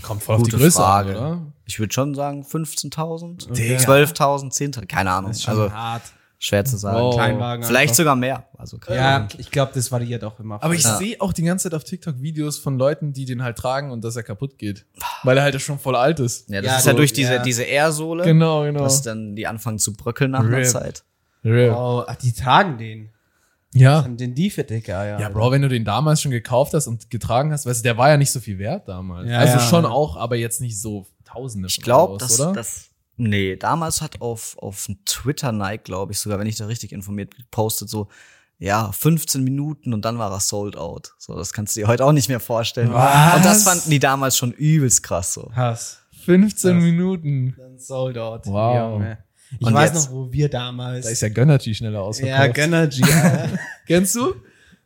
kommt voll Gute auf die Größe Frage. an, oder? Ich würde schon sagen 15.000, Digga. 12.000, 10.000, keine Ahnung. Ist schon Also hart. schwer zu sagen. Wow. Kleinwagen. Vielleicht einfach. sogar mehr. Also keine Ja, Ahnung. ich glaube, das variiert auch immer. Äh, Aber ich Ja. sehe auch die ganze Zeit auf TikTok Videos von Leuten, die den halt tragen und dass er kaputt geht, weil er halt schon voll alt ist. Ja, das Ja, ist ja so, durch diese, ja. diese Air-Sohle, Genau, genau. dass dann die anfangen zu bröckeln nach einer Rip. Zeit. Real. Oh, ach, die tragen den. Ja. Haben den die für dicke Eier. Ja, genau. Bro, wenn du den damals schon gekauft hast und getragen hast, weißt du, der war ja nicht so viel wert damals. Ja, also ja. schon auch, aber jetzt nicht so Tausende. Ich glaube, das, das. Nee, damals hat auf, auf Twitter Nike, glaube ich, sogar, wenn ich da richtig informiert, gepostet, so, ja, 15 Minuten und dann war er sold out. So, das kannst du dir heute auch nicht mehr vorstellen. Was? Und das fanden die damals schon übelst krass so. Hass. 15 Das- Minuten. Dann sold out. Wow. Junge. Ich Und weiß jetzt? noch, wo wir damals. Da ist ja Gönnergy schneller ausverkauft. ja, Gönnergy. Alter. Kennst du?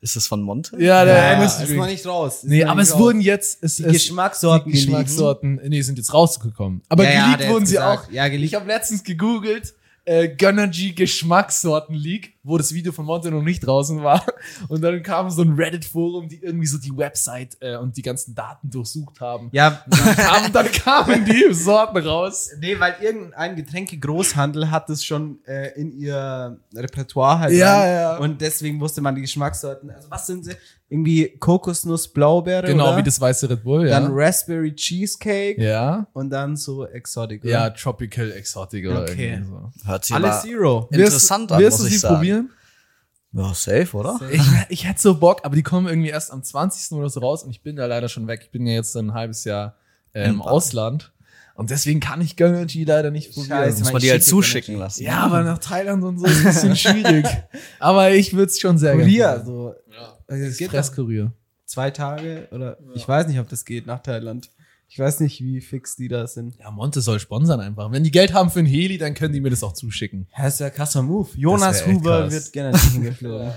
Ist das von Monte? Ja, der ja, Energy ist Drink. noch nicht raus. Ist Nee, noch aber nicht es raus. wurden jetzt es, die es, Geschmackssorten. die Geschmackssorten, nee, sind jetzt rausgekommen. Aber Ja, ja, geleakt der wurden hat's sie gesagt. auch. Ja, geleakt. Ich habe letztens gegoogelt, äh, Gönnergy Geschmackssorten Leak, wo das Video von Monte noch nicht draußen war. Und dann kam so ein Reddit-Forum, die irgendwie so die Website äh, und die ganzen Daten durchsucht haben. Ja, kam, dann kamen die Sorten raus. nee, weil irgendein Getränke-Großhandel hat es schon äh, in ihr Repertoire halt. Ja, rein. ja. Und deswegen wusste man die Geschmackssorten. Also, was sind sie? Irgendwie Kokosnuss, Blaubeere. Genau, oder? wie das weiße Red Bull, ja. Dann Raspberry Cheesecake. ja. Und dann so Exotic. oder? Ja, Tropical Exotic oder Okay. irgendwie so. Hört sich Alles aber Zero. interessant an, wirst muss du ich sie sagen. probieren? Ja, safe, oder? Ich, ich hätte so Bock, aber die kommen irgendwie erst am 20. oder so raus und ich bin da leider schon weg. Ich bin ja jetzt ein halbes Jahr äh, im Im Ausland und deswegen kann ich Gönnergy leider nicht probieren. Scheiße, Muss Ich man dir halt schicke dir zuschicken lassen. Ja, aber nach Thailand und so ist es ein bisschen schwierig. Aber ich würde es schon sehr Kurier, gerne. so. Ja. Also es geht doch Fresskurier. zwei Tage oder ich weiß nicht, ob das geht nach Thailand. Ich weiß nicht, wie fix die da sind. Ja, Monte soll sponsern einfach. Wenn die Geld haben für ein Heli, dann können die mir das auch zuschicken. Das ist ja krasser Move. Jonas Das wär echt Huber krass. wird gerne hingeflogen.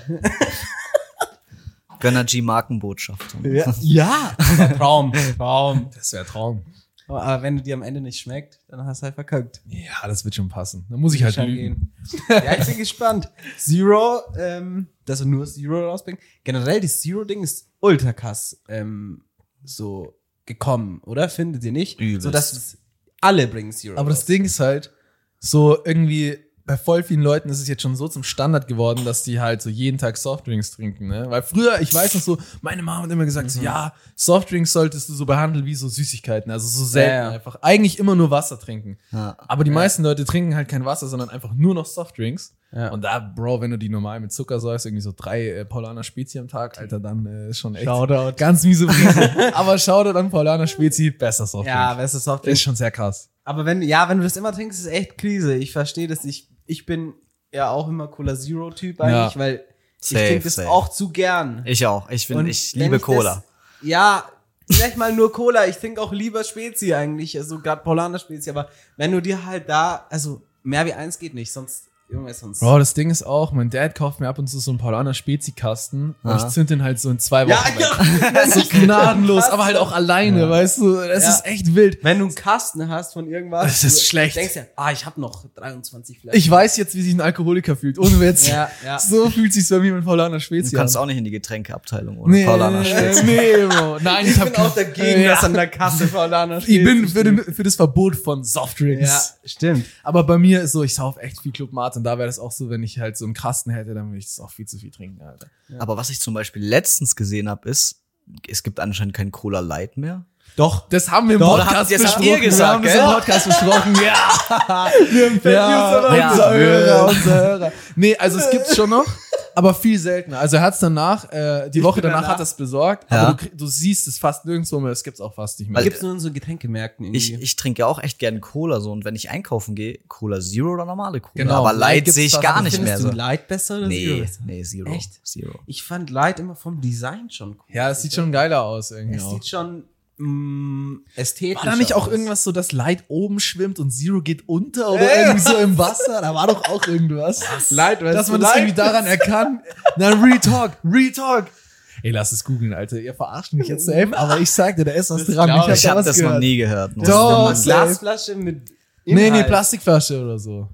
Gönnergy Markenbotschafter. ja. ja. Aber Traum. Traum. Das wäre Traum. Aber- Aber wenn du dir am Ende nicht schmeckt, dann hast du halt verkackt. Ja, das wird schon passen. Da muss ich halt Schon lügen. gehen. Ja, ich bin gespannt. Zero, ähm, dass er nur Zero rausbringt. Generell, das Zero-Ding ist ultra krass ähm, so gekommen, oder? Findet ihr nicht? Übelst. So, dass es Alle bringen Zero Aber das raus. Ding ist halt, so irgendwie bei voll vielen Leuten ist es jetzt schon so zum Standard geworden, dass die halt so jeden Tag Softdrinks trinken, ne? Weil früher, ich weiß noch so, meine Mama hat immer gesagt, Mhm. so, ja, Softdrinks solltest du so behandeln wie so Süßigkeiten, also so selten Ja, ja. einfach. Eigentlich immer nur Wasser trinken. Ja. Aber die meisten Leute trinken halt kein Wasser, sondern einfach nur noch Softdrinks. Ja. Und da, Bro, wenn du die normal mit Zucker säufst, irgendwie so drei äh, Paulaner Spezi am Tag, Alter, dann äh, ist schon echt Shoutout. ganz miese Brise. Aber Shoutout an Paulaner Spezi, besser Softdrink. Ja, besser Softdrink. ist schon sehr krass. Aber wenn, ja, wenn du das immer trinkst, ist echt Krise. Ich verstehe das. Ich, ich bin ja auch immer Cola Zero-Typ eigentlich, Ja. weil ich Safe, trinke das safe. auch zu gern. Ich auch. Ich Und finde, ich wenn liebe das- Cola. ja, vielleicht mal nur Cola. Ich trinke auch lieber Spezi eigentlich, also gerade Paulaner Spezi. Aber wenn du dir halt da, also mehr wie eins geht nicht, sonst, Junge, sonst. Bro, das Ding ist auch, mein Dad kauft mir ab und zu so einen Paulaner Spezi-Kasten und Ja. genau. ich zünd den halt so in zwei Wochen. ja, weg. ja. So gnadenlos, aber halt auch alleine, Ja. weißt du? Das Ja. ist echt wild. Wenn du einen Kasten hast von irgendwas, Das ist du schlecht. denkst ja, ah, ich habe noch 23 Flaschen. Ich weiß jetzt, wie sich ein Alkoholiker fühlt, ohne Witz. Ja, ja. So fühlt sich's bei mir mit Paulaner Spezi Du kannst an. auch nicht in die Getränkeabteilung ohne Paulaner Spezi. Nee, Bro. Nein, ich, ich hab bin auch dagegen, Ja. dass an der Kasse Paulaner Ich Spezi bin für, steht. den, für das Verbot von Softdrinks. Ja, stimmt. Aber bei mir ist so, ich sauf echt viel Club Mate und da wäre das auch so, wenn ich halt so einen Kasten hätte, dann würde ich das auch viel zu viel trinken, Alter. Aber was ich zum Beispiel letztens gesehen habe, ist, es gibt anscheinend kein Cola Light mehr. Doch. Das haben wir im Doch, Podcast habt ihr- das habt besprochen. ihr wir haben gesagt, gell? das im Podcast besprochen, ja. Ja, Ja. unser Hörer, Ja. unser Hörer. Nee, also es gibt's schon noch, aber viel seltener. Also er hat's danach, äh, die Woche bin danach, danach. hat er's besorgt, Ja. aber du, krieg- du siehst es fast nirgendwo mehr, es gibt's auch fast nicht mehr. Gibt's nur in so Getränkemärkten Ich, irgendwie. ich trinke ja auch echt gerne Cola so und wenn ich einkaufen gehe, Cola Zero oder normale Cola. Genau, aber Light Light gibt's sehe ich fast gar nicht. nicht mehr Findest du so. Light besser oder Zero Nee, besser? nee, Zero. Echt? Zero. Ich fand Light immer vom Design schon cool. ja, es sieht schon geiler aus irgendwie. Es Auch. sieht schon mm, ästhetisch War da nicht auch aus. irgendwas so, dass Light oben schwimmt und Zero geht unter oder Ja. irgendwie so im Wasser? Da war doch auch irgendwas. Light, weißt dass du, man das Light irgendwie daran erkannt. Na, Retalk, Retalk. Ey, lass es googeln, Alter. Ihr verarscht mich jetzt safe, aber ich sag dir, da ist was dran. glaub Ich hab Ich da habe was das gehört. noch nie gehört. muss Doch. ich Eine safe. Glasflasche mit Nee, nee, Inhalt. Plastikflasche oder so.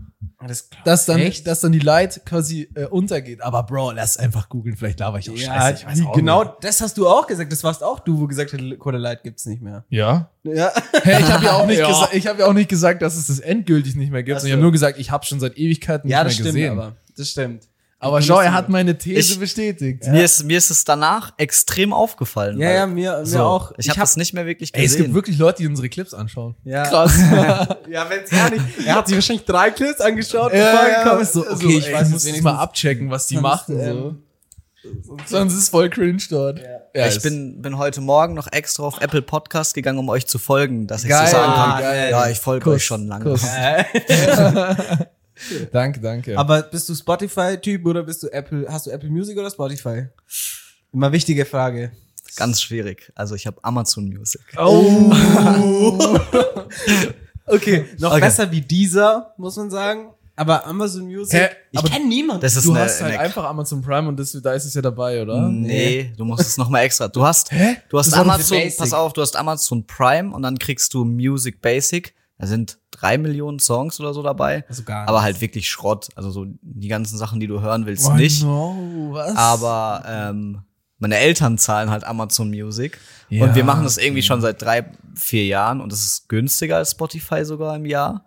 Das, Dass dann, Echt? dass dann die Light quasi äh, untergeht. Aber Bro, lass einfach googeln. Vielleicht laber ich auch ja, scheiße. Ich weiß auch genau Nicht. das hast du auch gesagt. Das warst auch du, wo gesagt hast, Cola Light gibt's nicht mehr. Ja. Ja. Hey, ich habe ja auch nicht, Ja. gesa- ich hab ja auch nicht gesagt, dass es das endgültig nicht mehr gibt. Ach sondern Ich habe so. nur gesagt, ich habe schon seit Ewigkeiten Ja, nicht das mehr stimmt, gesehen. aber. Das stimmt. Aber Ich schau, benutze er hat immer. meine These Ich- bestätigt. sagen. Mir ist, mir ist es danach extrem aufgefallen. Ja, weil- ja, mir, mir halt so, auch. Ich habe hab- das nicht mehr wirklich Ey, es gibt gesehen. wirklich Leute, die unsere Clips anschauen. ja. Krass. Ja, wenn's gar nicht. Er hat sich wahrscheinlich drei Clips angeschaut. Ja, bevor er ja, gekommen ja. ist. So, okay, ich Also, ey, weiß, muss muss wenigstens- mal abchecken, was die sonst, machen. so. ähm, Sonst ist voll cringe dort. Ja. ich es- bin, bin heute Morgen noch extra auf Apple Podcast gegangen, um euch zu folgen, dass ich Geil, so sagen kann. geil. Ja, ich folge Kuss, euch schon lange. Kuss. Äh, Danke, danke. Aber bist du Spotify-Typ oder bist du Apple? Hast du Apple Music oder Spotify? Immer wichtige Frage. Ganz schwierig. Also ich habe Amazon Music. oh. Okay, noch Okay. besser wie dieser, muss man sagen. Aber Amazon Music. Hä? Ich kenne niemanden. Das ist Du eine, hast halt eine einfach Amazon Prime und das, da ist es ja dabei, oder? Nee, du musst es nochmal extra. Du hast, Hä? du Das hast ist doch Amazon, Basic. pass auf, du hast Amazon Prime und dann kriegst du Music Basic. Da sind drei Millionen Songs oder so dabei. Also gar Aber halt wirklich Schrott. Also so die ganzen Sachen, die du hören willst, Oh, halt nicht. No, was? Aber ähm, meine Eltern zahlen halt Amazon Music. Ja, und wir machen das irgendwie schon seit drei, vier Jahren und es ist günstiger als Spotify sogar im Jahr.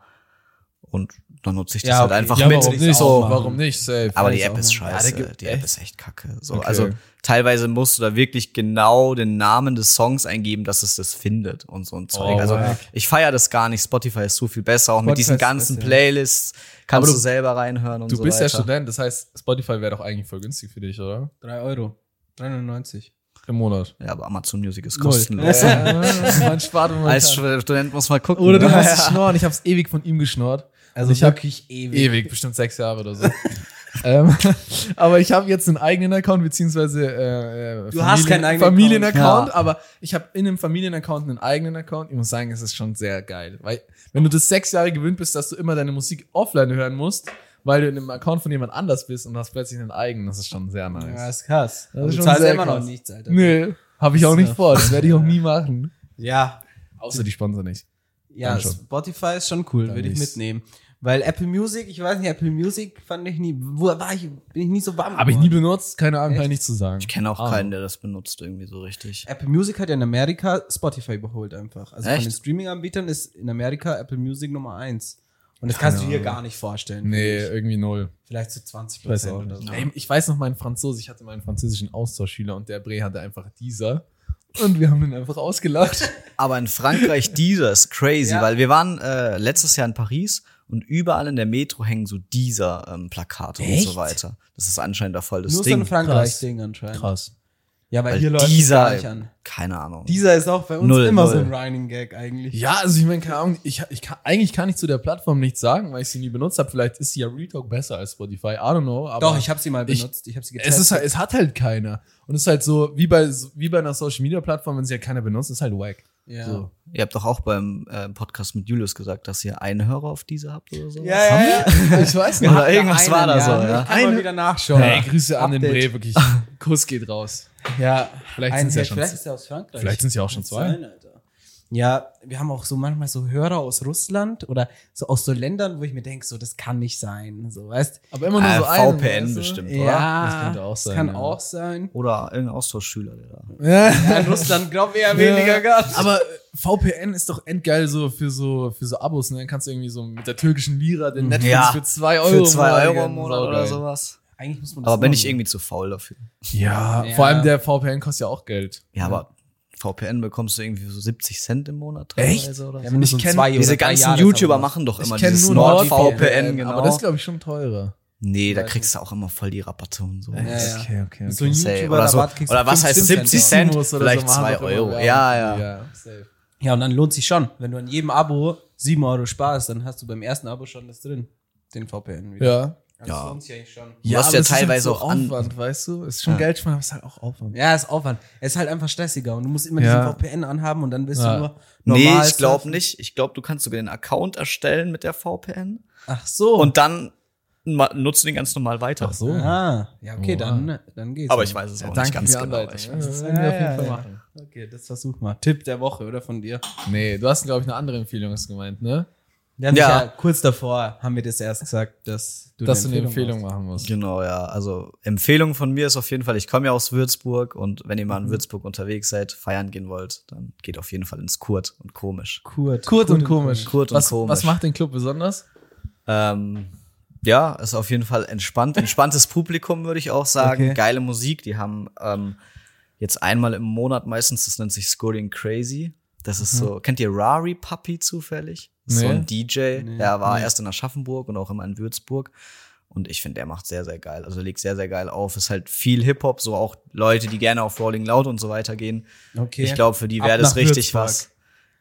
Und dann nutze ich das Ja, halt okay. einfach ja, mit. warum ich nicht? auch So, machen. warum nicht? Safe. Aber Weiß die App auch ist nicht. Ja, da scheiße. gibt- die echt? App ist echt kacke. So, Okay. Also teilweise musst du da wirklich genau den Namen des Songs eingeben, dass es das findet und so ein Zeug. Oh, also wack. ich feiere das gar nicht. Spotify ist so viel besser. Auch mit Spotify diesen ist ganzen besser. Playlists kannst Aber du, du- selber reinhören und Du so bist ja weiter. Student, das heißt, Spotify wäre doch eigentlich voll günstig für dich, oder? 3 Euro. 3,99. Im Monat. Ja, aber Amazon Music ist Null. kostenlos. Ja, man spart, wenn man Als kann. Student muss man gucken. ne? Oder du hast es schnorren. Ich hab's ewig von ihm geschnorrt. Also ich hab wirklich ewig. ewig, bestimmt sechs Jahre oder so. ähm, aber ich habe jetzt einen eigenen Account, beziehungsweise äh, äh, Du hast keinen eigenen Familienaccount, Account. Ja. aber ich habe in einem Familienaccount einen eigenen Account. Ich muss sagen, es ist schon sehr geil. Weil wenn du das sechs Jahre gewöhnt bist, dass du immer deine Musik offline hören musst, weil du in einem Account von jemand anders bist und hast plötzlich einen eigenen, das ist schon sehr nice. Ja, ist krass. Das Aber ist du schon zahlst sehr immer krass. noch nichts, Alter. Nö, habe ich auch nicht Ja. vor. Das werde ich auch nie machen. Ja. Außer die Sponsor nicht. Ja, Dann schon. Spotify ist schon cool, Dann würde ich nichts. mitnehmen. Weil Apple Music, ich weiß nicht, Apple Music fand ich nie, wo war ich, bin ich nie so warm. Habe ich nie geworden. benutzt, keine Ahnung, kann Echt? ich nichts zu sagen. Ich kenne auch Ah. keinen, der das benutzt irgendwie so richtig. Apple Music hat ja in Amerika Spotify überholt einfach. Also von Echt? den Streaming-Anbietern ist in Amerika Apple Music Nummer eins. Und das kannst du dir gar nicht vorstellen. Nee, finde ich. irgendwie null. Vielleicht zu 20 Ich weiß Prozent auch oder nicht. so. Ey, ich weiß noch meinen Franzose, ich hatte meinen französischen Austauschschüler und der Bre hatte einfach dieser. Und wir haben ihn einfach ausgelacht. Aber in Frankreich dieser ist crazy, Ja. weil wir waren äh, letztes Jahr in Paris und überall in der Metro hängen so dieser ähm, Plakate und Echt? so weiter. Das ist anscheinend der Voll das Nur so Ding. ein Frankreich-Ding anscheinend. Krass. Ja, weil, weil hier läuft es gar nicht dieser, an. keine Ahnung. Dieser ist auch bei uns Null, immer null. so ein Running Gag eigentlich. Ja, also ich meine, keine Ahnung, ich, ich kann, eigentlich kann ich zu der Plattform nichts sagen, weil ich sie nie benutzt habe. Vielleicht ist sie ja Retalk besser als Spotify. I don't know. Aber Doch, ich habe sie mal ich- benutzt. Ich, habe sie getestet. es, ist, halt- es hat halt keiner. Und es ist halt so, wie bei, wie bei einer Social Media Plattform, wenn sie halt keiner benutzt, ist halt wack. ja. So. Ihr habt doch auch beim äh, Podcast mit Julius gesagt, dass ihr einen Hörer auf dieser habt oder so. Ja, ja, ja. Ich weiß Ja. nicht. Oder irgendwas war da so, ja. Ich kann mal Eine- wieder nachschauen. Ey, Grüße an den Update. Bre, wirklich. Kuss geht raus. Ja, Vielleicht ein sind's ja Held. schon Vielleicht z- ist er aus Frankreich. vielleicht sind's ja auch schon Kann zwei. sein, Alter. Ja, wir haben auch so manchmal so Hörer aus Russland oder so aus so Ländern, wo ich mir denke, so das kann nicht sein, so weißt. Aber immer nur Äh, so einen. VPN weißt du? bestimmt. Ja, Das könnte auch sein, kann ja. auch sein. Oder irgendein Austauschschüler, der da. Ja, in Russland glaube ich eher Ja. weniger gehabt. Aber äh, VPN ist doch endgeil so für so für so Abos, ne? Dann kannst du irgendwie so mit der türkischen Lira den Netflix Mhm. Ja, für 2 Oh, Euro Für zwei Euro monatlich im Monat saugeil. oder sowas. Eigentlich muss man das Aber bin machen. ich irgendwie zu faul dafür. Ja, Ja. vor allem der VPN kostet ja auch Geld. Ja, aber VPN bekommst du irgendwie so 70ig Cent im Monat Echt? Ah, teilweise oder ja, so. wenn du Ich so kenn- zwei oder Diese drei ganzen Jahre YouTuber Abo hast. machen doch immer ich kenne dieses nur NordVPN, genau. aber das ist glaube ich schon teurer. nee, da weiß kriegst du auch immer voll die Rabatte und so. Ja, ja. Okay, okay. So okay. ein Safe. Oder, so, YouTuber-Rabatt kriegst du oder was 15 heißt 70 Cent. Cent? Simos oder Vielleicht so machen 2 doch immer Euro. Werbung. Ja, ja. safe. Ja, und dann lohnt sich schon, wenn du an jedem Abo 7 Euro sparst, dann hast du beim ersten Abo schon das drin, den VPN wieder. Ja. Also Ja. lohnt sich eigentlich schon. Du hast aber ja das ist halt teilweise so auch an- Aufwand, weißt du? Ist schon Ja. Geld sparen, aber ist halt auch Aufwand. Ja, ist Aufwand. Es ist halt einfach stressiger und du musst immer Ja. diesen VPN anhaben und dann bist Ja. du nur normal. Nee, ich glaube surfen. nicht. Ich glaube, du kannst sogar den Account erstellen mit der VPN Ach so. und dann ma- nutzt du den ganz normal weiter. Ach so. ah, ja, okay, Oha. dann, dann geht's. Aber ich weiß es auch Danke nicht ganz für die genau. Anleitung. Ich Ja, weiß. das es. werden wir auf Ja, jeden ja, Fall ja. machen. Okay, das versuch mal. Tipp der Woche, oder von dir? Nee, du hast, glaube ich, eine andere Empfehlung hast gemeint, ne? Ja. Ja, Michael, kurz davor haben wir das erst gesagt, dass du, Dass du eine Empfehlung machen musst. Genau, ja. Also Empfehlung von mir ist auf jeden Fall, ich komme ja aus Würzburg und wenn ihr mal in Würzburg unterwegs seid, feiern gehen wollt, dann geht auf jeden Fall ins Kurt und komisch. machst. Kurt. Kurt und komisch. Kurt und was, komisch. Was macht den Club besonders? Ähm, ja, ist auf jeden Fall entspannt. Entspanntes Publikum, würde ich auch sagen. Okay. Geile Musik. Die haben ähm, jetzt einmal im Monat meistens, das nennt sich Scoring Crazy. Das ist so, kennt ihr Rari Puppy zufällig? Ist So Nee. ein DJ. Mhm. Nee, der war nee. erst in Aschaffenburg und auch immer in Würzburg. Und ich finde, der macht sehr, sehr geil. Also legt sehr, sehr geil auf. Ist halt viel Hip-Hop, so auch Leute, die gerne auf Rolling Loud und so weiter gehen. Okay. Ich glaube, für die wäre Ab das nach richtig Würzburg. was.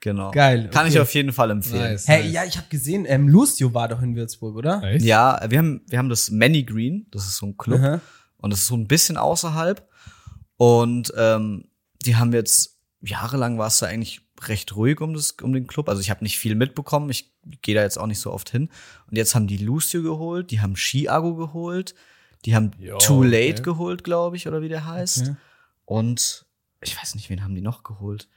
Genau. Geil, Kann ich okay. auf jeden Fall Äh, empfehlen. Hey, ja, ich habe gesehen, ähm, Lucio war doch in Würzburg, oder? Echt? Ja, wir haben, wir haben das Many Green, das ist so ein Club. Aha. Und das ist so ein bisschen außerhalb. Und ähm, die haben jetzt, jahrelang war es da eigentlich recht ruhig um, das, um den Club. Also ich habe nicht viel mitbekommen. Ich gehe da jetzt auch nicht so oft hin. Und jetzt haben die Lucio geholt, die haben Chiago geholt, die haben Jo, Too Late okay. geholt, glaube ich, oder wie der heißt. Okay. Und ich weiß nicht, wen haben die noch geholt.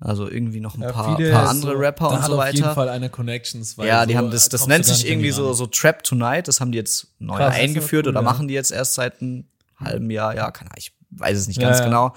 Also irgendwie noch ein Ja, paar, viele paar so- andere Rapper da und hat so auf jeden weiter. Fall einer Connections. weil Ja, die so äh, haben das, das kommst nennt du gar sich nicht irgendwie an die so, ran. so Trap Tonight, das haben die jetzt neu Krass, das ist aber eingeführt cool, oder ja. machen die jetzt erst seit einem halben Jahr, ja, keine Ahnung, ich weiß es nicht Ja, ganz ja. genau.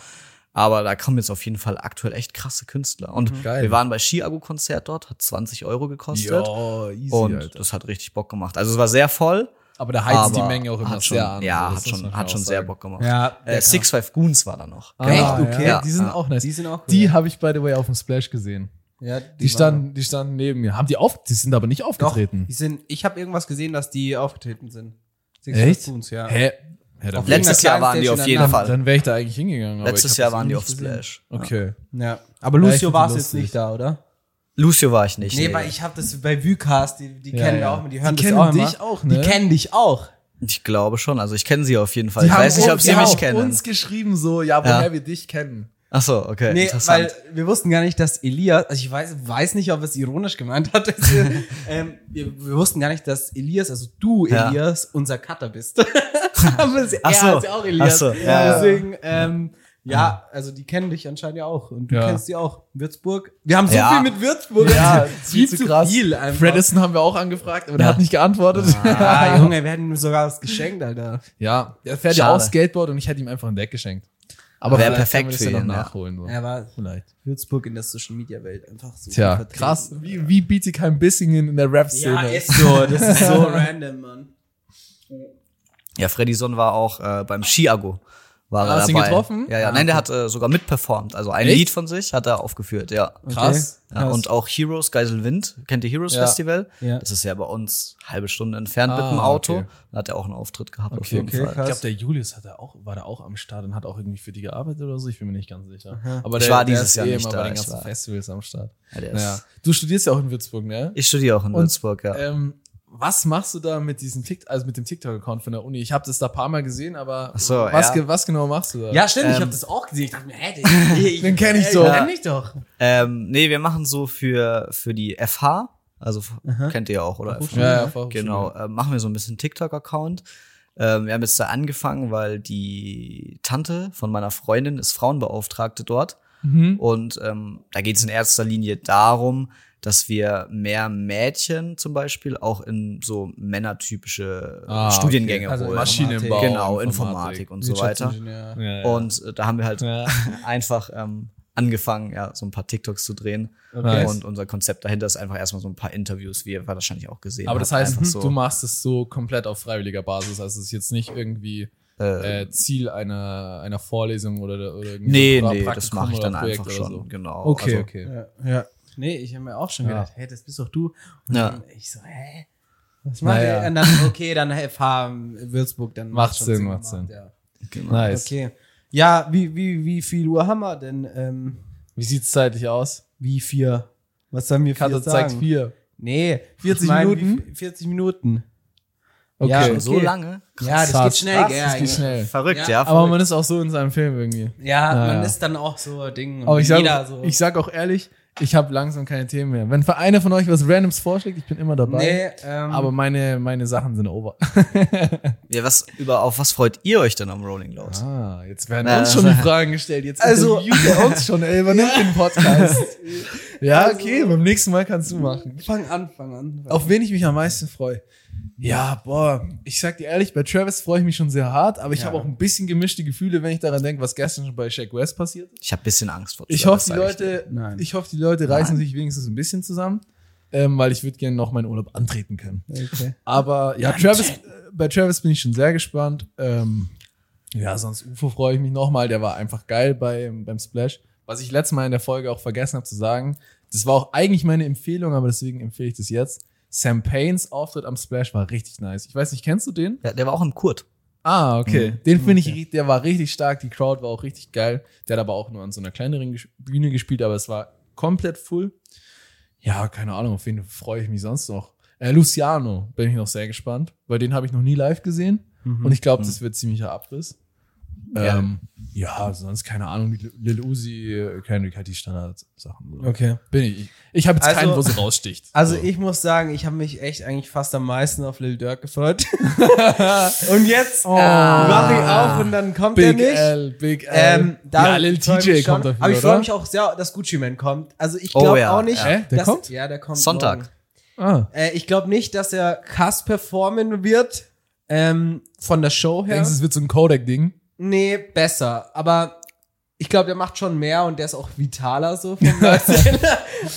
Aber da kommen jetzt auf jeden Fall aktuell echt krasse Künstler. Und Mhm. Geil. wir waren bei Chiago-Konzert dort, hat 20 Euro gekostet. Jo, easy, halt. halt. und Alter. das hat richtig Bock gemacht. Also es war sehr voll. Aber da heizt die aber Menge auch immer hat schon, sehr an. Also Das Ja, hat muss man schon, auch hat schon sagen. sehr Bock gemacht. Ja, der äh, Six Five Goons war da noch. Genau. Ah, Echt? Echt? Okay. Okay. die sind Ja. auch nice. Die sind auch cool, Die ja. habe ich, by the way, auf dem Splash gesehen. Ja, Die, standen, die standen neben mir. Haben die auf? Die sind aber nicht Doch, aufgetreten. die sind, ich habe irgendwas gesehen, dass die aufgetreten sind. Six Echt? Coons, ja. Hä? Hä, dann Auf wär ich- Letztes Jahr waren die auf jeden Dann- Fall. Dann wäre ich da eigentlich hingegangen. aber ich Letztes hab Jahr das eh waren die nicht auf gesehen. Splash. Ja. Okay. Ja. Aber Ja, ich Lucio find war die es jetzt lustig. nicht da, oder? Lucio war ich nicht. Nee, weil ich habe das bei Vucast, die, die Ja, kennen wir ja. auch, immer, die hören Die das kennen auch immer. dich auch, ne? Die kennen dich auch. Ich glaube schon. Also ich kenne sie auf jeden Fall. ich weiß nicht, ob uns- sie die mich haben kennen. uns geschrieben so, ja, Ja. woher wir dich kennen. Ach so, okay. Nee, Äh, interessant. weil wir wussten gar nicht, dass Elias, also ich weiß, weiß nicht, ob es ironisch gemeint hat, dass wir, ähm, wir, wir wussten gar nicht, dass Elias, also du, Ja. Elias, unser Cutter bist. Aber es- Ach so, er ist ja auch Elias. ach so, ja, ja. Deswegen, ähm, Ja, also die kennen dich anscheinend ja auch. Und du Ja. kennst die auch. Würzburg. Wir haben so Ja. viel mit Würzburg. Also Ja, viel zu krass. viel einfach. Fredison haben wir auch angefragt, aber der Ja. hat nicht geantwortet. ah, Junge, wir hätten ihm sogar was geschenkt, Alter. Ja, er fährt ja Schade. auch Skateboard und ich hätte ihm einfach ein Deck geschenkt. Aber Wär vielleicht perfekt können wir das für ja ihn, noch ja. nachholen. So. Er war Vielleicht. Würzburg in der Social Media Welt einfach so. Tja, vertreten. krass. Wie, wie Bietigheim Bissingen in der Rap-Szene. Ja, ist so. Das ist so random, Mann. Ja, Freddyson war auch äh, beim Chiago. Ah, War er hast du ihn dabei. getroffen? Ja, ja. Nein, der hat äh, sogar mitperformt. Also ein Echt? Lied von sich hat er aufgeführt, ja. Krass. Okay. ja und auch Heroes Geiselwind, kennt ihr Heroes Ja. Festival? Ja. Das ist ja bei uns halbe Stunde entfernt mit Ah, dem Auto. okay. Da hat er auch einen Auftritt gehabt auf Okay, jeden okay, Fall. krass. Ich glaube, der Julius hat er auch, war da auch am Start und hat auch irgendwie für die gearbeitet oder so. Ich bin mir nicht ganz sicher. Aha. Aber Ich der, war der dieses ist Jahr eh nicht immer da, bei den ich ganzen war- Festivals am Start. Ja, der Naja. ist, Du studierst ja auch in Würzburg, ne? ich studiere auch in Und- Würzburg, ja. Ähm, was machst du da mit diesem TikTok, also mit dem TikTok-Account von der Uni? Ich habe das da ein paar Mal gesehen, aber Ach so, was, ja. ge- was genau machst du da? Ja, stimmt, ich Ähm, habe das auch gesehen. Ich dachte mir, hä, den, Den kenn ich doch. Den kenn ich doch. Ähm, nee, wir machen so für, für die FH, also f- kennt ihr ja auch, oder? FH? Ja, ja, Fachhochschule. Genau, äh, machen wir so ein bisschen TikTok-Account. Ähm, wir haben jetzt da angefangen, weil die Tante von meiner Freundin ist Frauenbeauftragte dort. Mhm. Und ähm, da geht es in erster Linie darum, dass wir mehr Mädchen zum Beispiel auch in so männertypische äh, Ah, okay. Studiengänge Also holen. Maschinen- Maschinenbau. genau, Informatik, und so weiter. Wirtschaftsingenieur. Ja, ja. Und äh, da haben wir halt Ja. einfach ähm, angefangen, ja, so ein paar TikToks zu drehen. Nice. Und unser Konzept dahinter ist einfach erstmal so ein paar Interviews, wie ihr wahrscheinlich auch gesehen aber das habt, heißt, hm, einfach so, du machst es so komplett auf freiwilliger Basis. Also es ist jetzt nicht irgendwie äh, äh, Ziel einer, einer Vorlesung oder, oder irgendwie nee, so ein nee, Praktikum das mache ich oder dann Projekt einfach oder schon. so. Genau. Okay, also, okay. Ja, ja. Nee, ich habe mir auch schon Ja. gedacht, hey, das bist doch du. Und Ja. dann, ich so, hä? Was macht Naja. der? Und dann, okay, dann FH in Würzburg, dann Macht macht's schon Sinn, macht Sinn. Ja. Genau. Nice. Okay. Ja, wie, wie, wie viel Uhr haben wir denn? Ähm, Wie sieht's zeitlich aus? wie vier? Was sollen wir vier Karte zeigt sagen? vier. Nee, 40 ich mein, Minuten? wie viel- 40 Minuten. Okay. Ja, Schon so okay. lange? Ja, das Krass. geht schnell, Krass, gell, Das geht eigentlich. schnell. Verrückt, Ja. ja. Aber man ist auch so in seinem Film irgendwie. Ja, Ja, man ja. ist dann auch so Ding. und Aber ich sag, jeder auch, ich sag auch ehrlich, ich habe langsam keine Themen mehr. Wenn für einer von euch was Randoms vorschlägt, ich bin immer dabei. nee, ähm, Aber meine, meine Sachen sind over. Ja, was, über, auf was freut ihr euch denn am Rolling Loud? Ah, jetzt werden Na, uns schon die Fragen gestellt. Jetzt Also- interviewt er uns schon, ey, übernimmt den Podcast. Ja, okay, beim nächsten Mal kannst du machen. fang an, fang an. Auf wen ich mich am meisten freue? Ja, boah, ich sag dir ehrlich, bei Travis freue ich mich schon sehr hart, aber ich Ja. habe auch ein bisschen gemischte Gefühle, wenn ich daran denke, was gestern schon bei Shaq West passiert ist. Ich habe ein bisschen Angst vor Ich Trevor, hoffe, die sag dir. Leute, Nein. ich hoffe, die Leute reißen sich wenigstens ein bisschen zusammen, ähm, weil ich würde gerne noch meinen Urlaub antreten können. okay. Aber ja, Travis, äh, bei Travis bin ich schon sehr gespannt. Ähm, ja, sonst UFO freue ich mich nochmal. Der war einfach geil beim, beim Splash. Was ich letztes Mal in der Folge auch vergessen habe zu sagen, das war auch eigentlich meine Empfehlung, aber deswegen empfehle ich das jetzt. Sam Paynes Auftritt am Splash war richtig nice. Ich weiß nicht, kennst du den? Ja, der war auch im Kurt. Ah, okay. Mhm. Den finde ich, Okay. ri- der war richtig stark. Die Crowd war auch richtig geil. Der hat aber auch nur an so einer kleineren Ges- Bühne gespielt, aber es war komplett full. Ja, keine Ahnung, auf wen freue ich mich sonst noch. Äh, Luciano bin ich noch sehr gespannt, weil den habe ich noch nie live gesehen Mhm. und ich glaube, das wird ziemlicher Abriss. Ja. Ähm, ja, sonst keine Ahnung, Lil- Lil Uzi, äh, Kendrick hat die Standardsachen. oder? okay. Bin ich. Ich, ich habe jetzt Also- keinen, wo sie raussticht. Also So. ich muss sagen, ich habe mich echt eigentlich fast am meisten auf Lil Durk gefreut. und jetzt äh, Oh. mach ich auf und dann kommt er Big nicht. L, Big L. Ähm, da ja, Lil freu ich TJ mich schon. kommt dafür, Aber ich freue oder? mich auch sehr, dass Gucci Man kommt. Also ich Oh glaube ja, auch nicht. ja. Hä? Der dass, kommt? Ja, der kommt. Sonntag. morgen. Ah. Äh, ich glaube nicht, dass er krass performen wird ähm, von der Show her. Denkst du, es wird so ein Codec-Ding? Nee, besser. Aber ich glaube, der macht schon mehr und der ist auch vitaler so vom Aussehen.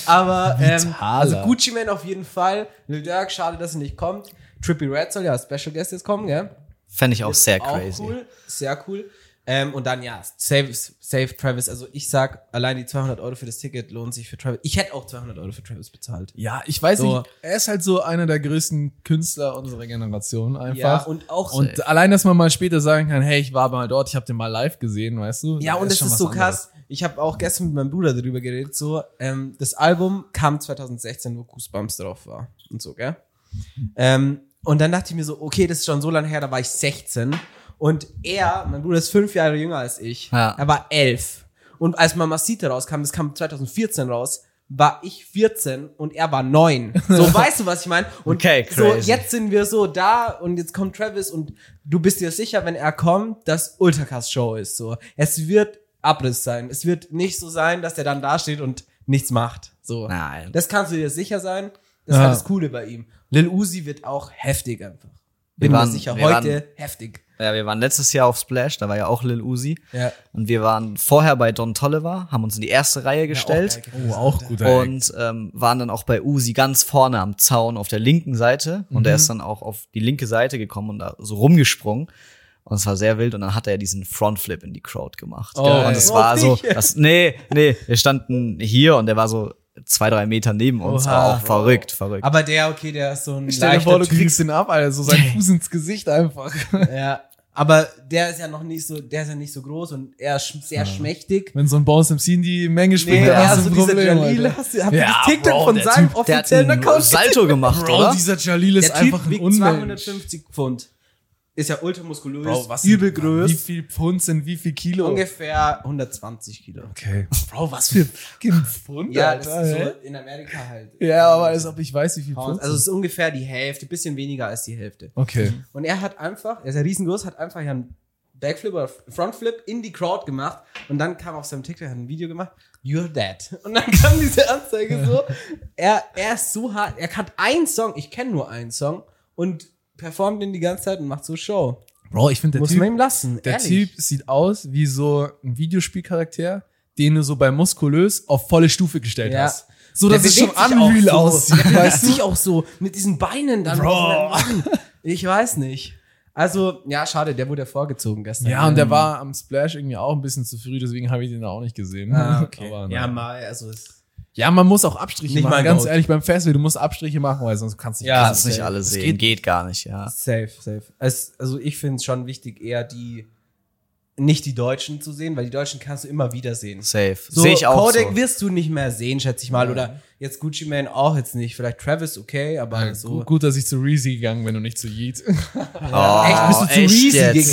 Aber ähm, Vitaler. also Gucci Man auf jeden Fall. Lil Durk, schade, dass er nicht kommt. Trippy Red soll ja als Special Guest jetzt kommen, gell? Fände ich auch Ist sehr crazy. Cool, sehr cool. Ähm, und dann ja, save, save Travis. Also ich sag, allein die 200 Euro für das Ticket lohnt sich für Travis. Ich hätte auch 200 Euro für Travis bezahlt. Ja, ich weiß So. nicht. Er ist halt so einer der größten Künstler unserer Generation Ja, einfach. und und auch allein, dass man mal später sagen kann, hey, ich war mal dort, ich habe den mal live gesehen, weißt du? Ja, und es schon ist was so anderes. krass. Ich habe auch gestern mit meinem Bruder darüber geredet. So, ähm, das Album kam 2016, wo Goosebumps drauf war und so, gell? Ähm, und dann dachte ich mir so, okay, das ist schon so lange her, da war ich 16. Und er, mein Bruder ist fünf Jahre jünger als ich. Ja. Er war elf. Und als Mamacita rauskam, das kam 2014 raus, war ich 14 und er war neun. So, weißt du, was ich meine? Und Okay, So, crazy. jetzt sind wir so da und jetzt kommt Travis und du bist dir sicher, wenn er kommt, dass Ultrakas Show ist. So, es wird Abriss sein. Es wird nicht so sein, dass der dann dasteht und nichts macht. So. Nein. Das kannst du dir sicher sein. Das Ja. war das Coole bei ihm. Lil Uzi wird auch heftig einfach. Bin waren- mir sicher, wir heute heftig. Ja, wir waren letztes Jahr auf Splash, da war ja auch Lil Uzi. Ja. Und wir waren vorher bei Don Tolliver, haben uns in die erste Reihe gestellt. Oh, auch guter Act. und ähm, waren dann auch bei Uzi ganz vorne am Zaun auf der linken Seite. Und er ist dann auch auf die linke Seite gekommen und da so rumgesprungen. Und es war sehr wild. Und dann hat er diesen Frontflip in die Crowd gemacht. Oh, und ey. es war Auf so, dich? das, nee, nee, wir standen hier und er war so zwei, drei Meter neben uns. Oha. war auch verrückt, verrückt. Aber der, okay, der ist so ein Stell dir leichter vor, du Typ. kriegst den ab, Alter, so seinen Fuß ins Gesicht einfach. Ja. Aber der ist ja noch nicht so, der ist ja nicht so groß und er ist sch- sehr schmächtig. Wenn so ein Bones MC in die Menge springt, Nee, dann hast du also ein dieser Problem. Jalil, Alter. hast du, habt ihr Ja, das TikTok Bro, von der seinem Typ, der hat offiziellen einen Account? Salto gemacht, Bro, oder? dieser Jalil ist Der einfach Typ ein wiegt Unmensch. 250 Pfund. Ist ja ultramuskulös, Bro, was übel sind- groß. Wie viel Pfund sind wie viel Kilo? Ungefähr 120 Kilo. Okay. Bro, was für fucking Pfund, Ja, das Alter. ist hä? so in Amerika halt. ja, aber als ob ich weiß, wie viel Pfund. Ähm, Also Also, mhm. es ist ungefähr die Hälfte, bisschen weniger als die Hälfte. okay. Und er hat einfach, er ist ja riesengroß, hat einfach hier einen Backflip oder Frontflip in die Crowd gemacht und dann kam auf seinem TikTok, hat ein Video gemacht, you're dead. Und dann kam diese Anzeige so, er, er ist so hart, er hat einen Song, ich kenne nur einen Song und performt den die ganze Zeit und macht so Show. Bro, ich finde, der, Muss man typ, ihm lassen, der ehrlich. typ sieht aus wie so ein Videospielcharakter, den du so bei muskulös auf volle Stufe gestellt Ja. hast. So, dass Der es schon bewegt sich auch unreal so. aussieht. Der bewegt weißt du? sich auch so mit diesen Beinen dann. Bro. Ich weiß nicht. Also, ja, schade, der wurde ja vorgezogen gestern. Ja, und der war am Splash irgendwie auch ein bisschen zu früh, deswegen habe ich den da auch nicht gesehen. Ah, okay. Aber, ja, naja. mal, also es Ja, man muss auch Abstriche Nicht machen. mein Ganz Goat. ehrlich, beim Festival, du musst Abstriche machen, weil sonst kannst du Ja, Kannst nicht safe. alle Das sehen. geht- Geht, gar nicht, ja. safe, safe. Es, also ich finde es schon wichtig, eher die nicht die Deutschen zu sehen, weil die Deutschen kannst du immer wieder sehen. Safe. Sehe ich auch Kodak so. wirst du nicht mehr sehen, schätze ich mal. Ja. Oder jetzt Gucci Man auch jetzt nicht. Vielleicht Travis, okay, aber Ja, so. gut, gut, dass ich zu Reezy gegangen bin und nicht zu Yeet. Oh, echt jetzt?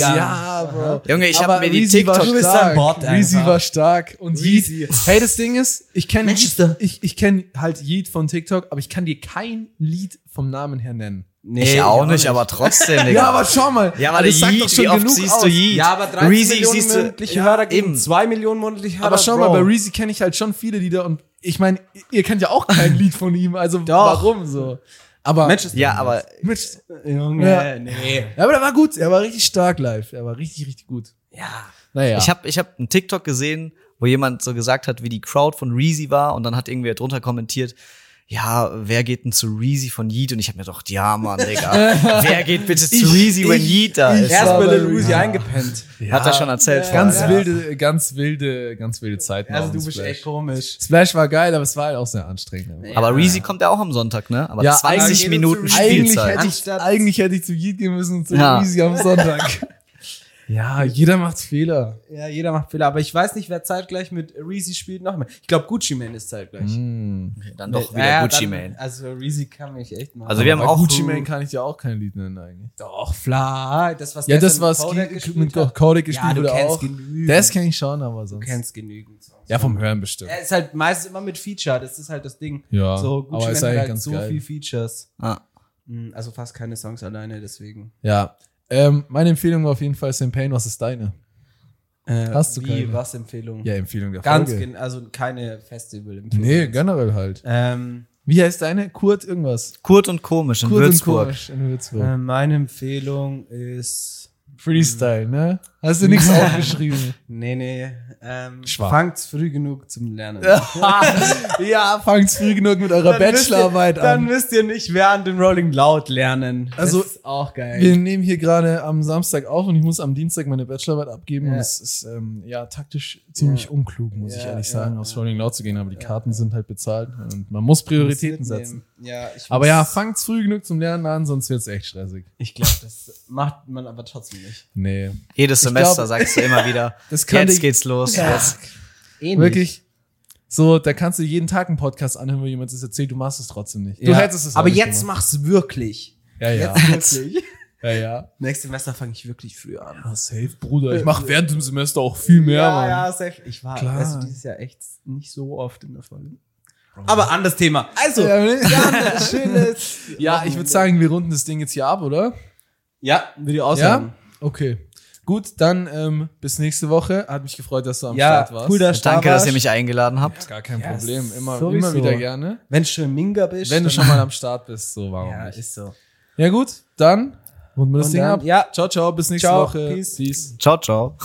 Ja, Bro. Junge, ich Aber habe mir die Reezy war TikTok... Du bist stark. ein Bot Reezy einfach. war stark und Reezy. Yeet. Hey, das Ding ist, ich kenne Manchester. ich, ich kenn halt Yeet von TikTok, aber ich kann dir kein Lied vom Namen her nennen. Nee, ich auch nicht, aber trotzdem, Digga. Ja, aber schau mal. Also, Ja, weil das sagt doch Yeet, schon wie oft genug siehst aus. du Yeet? Ja, aber 13 Reezy Millionen siehst du- monatliche Ja, Hörer gegen eben. 2 Millionen monatliche Hörer. Aber schau Bro. mal, bei Reezy kenne ich halt schon viele Lieder und ich meine, ihr kennt ja auch kein Lied von ihm, also Doch. warum so? Aber Manchester. Ja, aber Mensch, Junge, Ja. nee. Ja, aber der war gut. Er war richtig stark live. Er war richtig, richtig gut. Ja. Naja. ich habe ich hab einen TikTok gesehen, wo jemand so gesagt hat, wie die Crowd von Reezy war und dann hat irgendwer drunter kommentiert, ja, wer geht denn zu Reezy von Yeet? Und ich habe mir gedacht, ja, Mann, Digga, wer geht bitte zu Ich- Reezy, wenn ich- Yeet da ich- ist? Ja, Erst aber bei Lil Uzi Reezy. eingepennt. Hat er schon erzählt. Ja, Äh, ganz vorher. wilde, ganz wilde, ganz wilde Zeiten. Also auf du dem bist Splash. echt komisch. Splash war geil, aber es war halt auch sehr anstrengend. Ja. Aber Reezy kommt ja auch am Sonntag, ne? Aber Ja, 20 eigentlich- Minuten Eigentlich Spielzeit. hätte, ich, Anstatt- eigentlich hätte ich zu Yeet gehen müssen und zu Ja. Easy am Sonntag. ja, jeder macht Fehler. Ja, jeder macht Fehler, aber ich weiß nicht, wer zeitgleich mit Reezy spielt nochmal. Ich glaube, Gucci Man ist zeitgleich. Mhm. Mm. Dann doch Äh, Ja, wieder ja, Gucci dann- Mane. Also Reezy kann mich echt machen. Also wir haben Bei auch Gucci Mane kann ich dir auch kein Lied nennen eigentlich. doch Fla, das was Ja, das gestern war mit Kodak Ski gespielt mit hat. Kodak gespielt Ja, du wurde kennst auch. genügend. Das kenne ich schon, aber Du sonst. kennst genügend. Songs. Ja, vom Hören bestimmt. Er ist halt meistens immer mit Feature, das ist halt das Ding. Ja, so Gucci aber Man ist hat eigentlich halt ganz so geil. viel Features. Ah. Hm, Also fast keine Songs alleine, deswegen. Ja. Ähm, meine Empfehlung war auf jeden Fall Sam Payne. Was ist deine? Äh, Hast du Wie, keine? was Empfehlung? Ja, Empfehlung der Ganz Folge. genau, also keine Festival-Empfehlung. Nee, generell halt. Ähm, Wie heißt deine? Kurt irgendwas. Kurt und komisch in Kurt und Würzburg. komisch in Würzburg. äh, meine Empfehlung ist. Freestyle, ne? Hast du nichts aufgeschrieben? Nee, nee. Ähm, Schwach. fangt's früh genug zum Lernen. ja, fangt's früh genug mit eurer Dann müsst ihr- Bachelorarbeit Dann an. müsst ihr nicht während dem Rolling Loud lernen. Also, das ist auch geil. Wir nehmen hier gerade am Samstag auf und ich muss am Dienstag meine Bachelorarbeit abgeben. Und Ja. es ist ähm, ja taktisch ziemlich unklug, muss ich Ja, ehrlich ja, sagen, ja. aufs Rolling Loud zu gehen. Aber die Karten sind halt bezahlt und man muss Prioritäten Muss mitnehmen. setzen. Ja, ich Aber muss- ja, fangt's früh genug zum Lernen an, sonst wird's echt stressig. Ich glaube, das macht man aber trotzdem nicht. Nee. Jedes Ich Semester glaub- sagst du immer wieder, Das kann jetzt dir geht's los. Jetzt. Ähnlich. wirklich. So, da kannst du jeden Tag einen Podcast anhören, wo jemand es erzählt, du machst es trotzdem nicht. Du Ja. hättest es auch Aber nicht jetzt gemacht. mach's wirklich. Ja, ja. Jetzt wirklich. Ja, ja. Nächstes Semester fange ich wirklich früh an. Ah, safe, Bruder. Ich mache während dem Semester auch viel mehr, Äh, ja, Mann. Ja, safe. Ich war Klar. Also dieses Jahr echt nicht so oft in der Folge. Aber anderes Thema. Also, Ja, ne? gerne, schönes. Ja, ich würde sagen, wir runden das Ding jetzt hier ab, oder? Ja, würde ich auch sagen. Ja? Okay. Gut, dann ähm, bis nächste Woche. Hat mich gefreut, dass du am Ja, Start warst. cool, dass du Danke, da dass ihr warst. mich eingeladen habt. Gar kein Ja, Problem. Immer, sowieso. immer wieder gerne. Wenn du schon im Minga bist. Wenn du dann- schon mal am Start bist, so warum Ja, nicht? ist so. Ja gut, dann runden wir das Und Ding dann- ab. ja. Ciao, ciao, bis nächste Ciao, Woche. peace. peace. Ciao, ciao.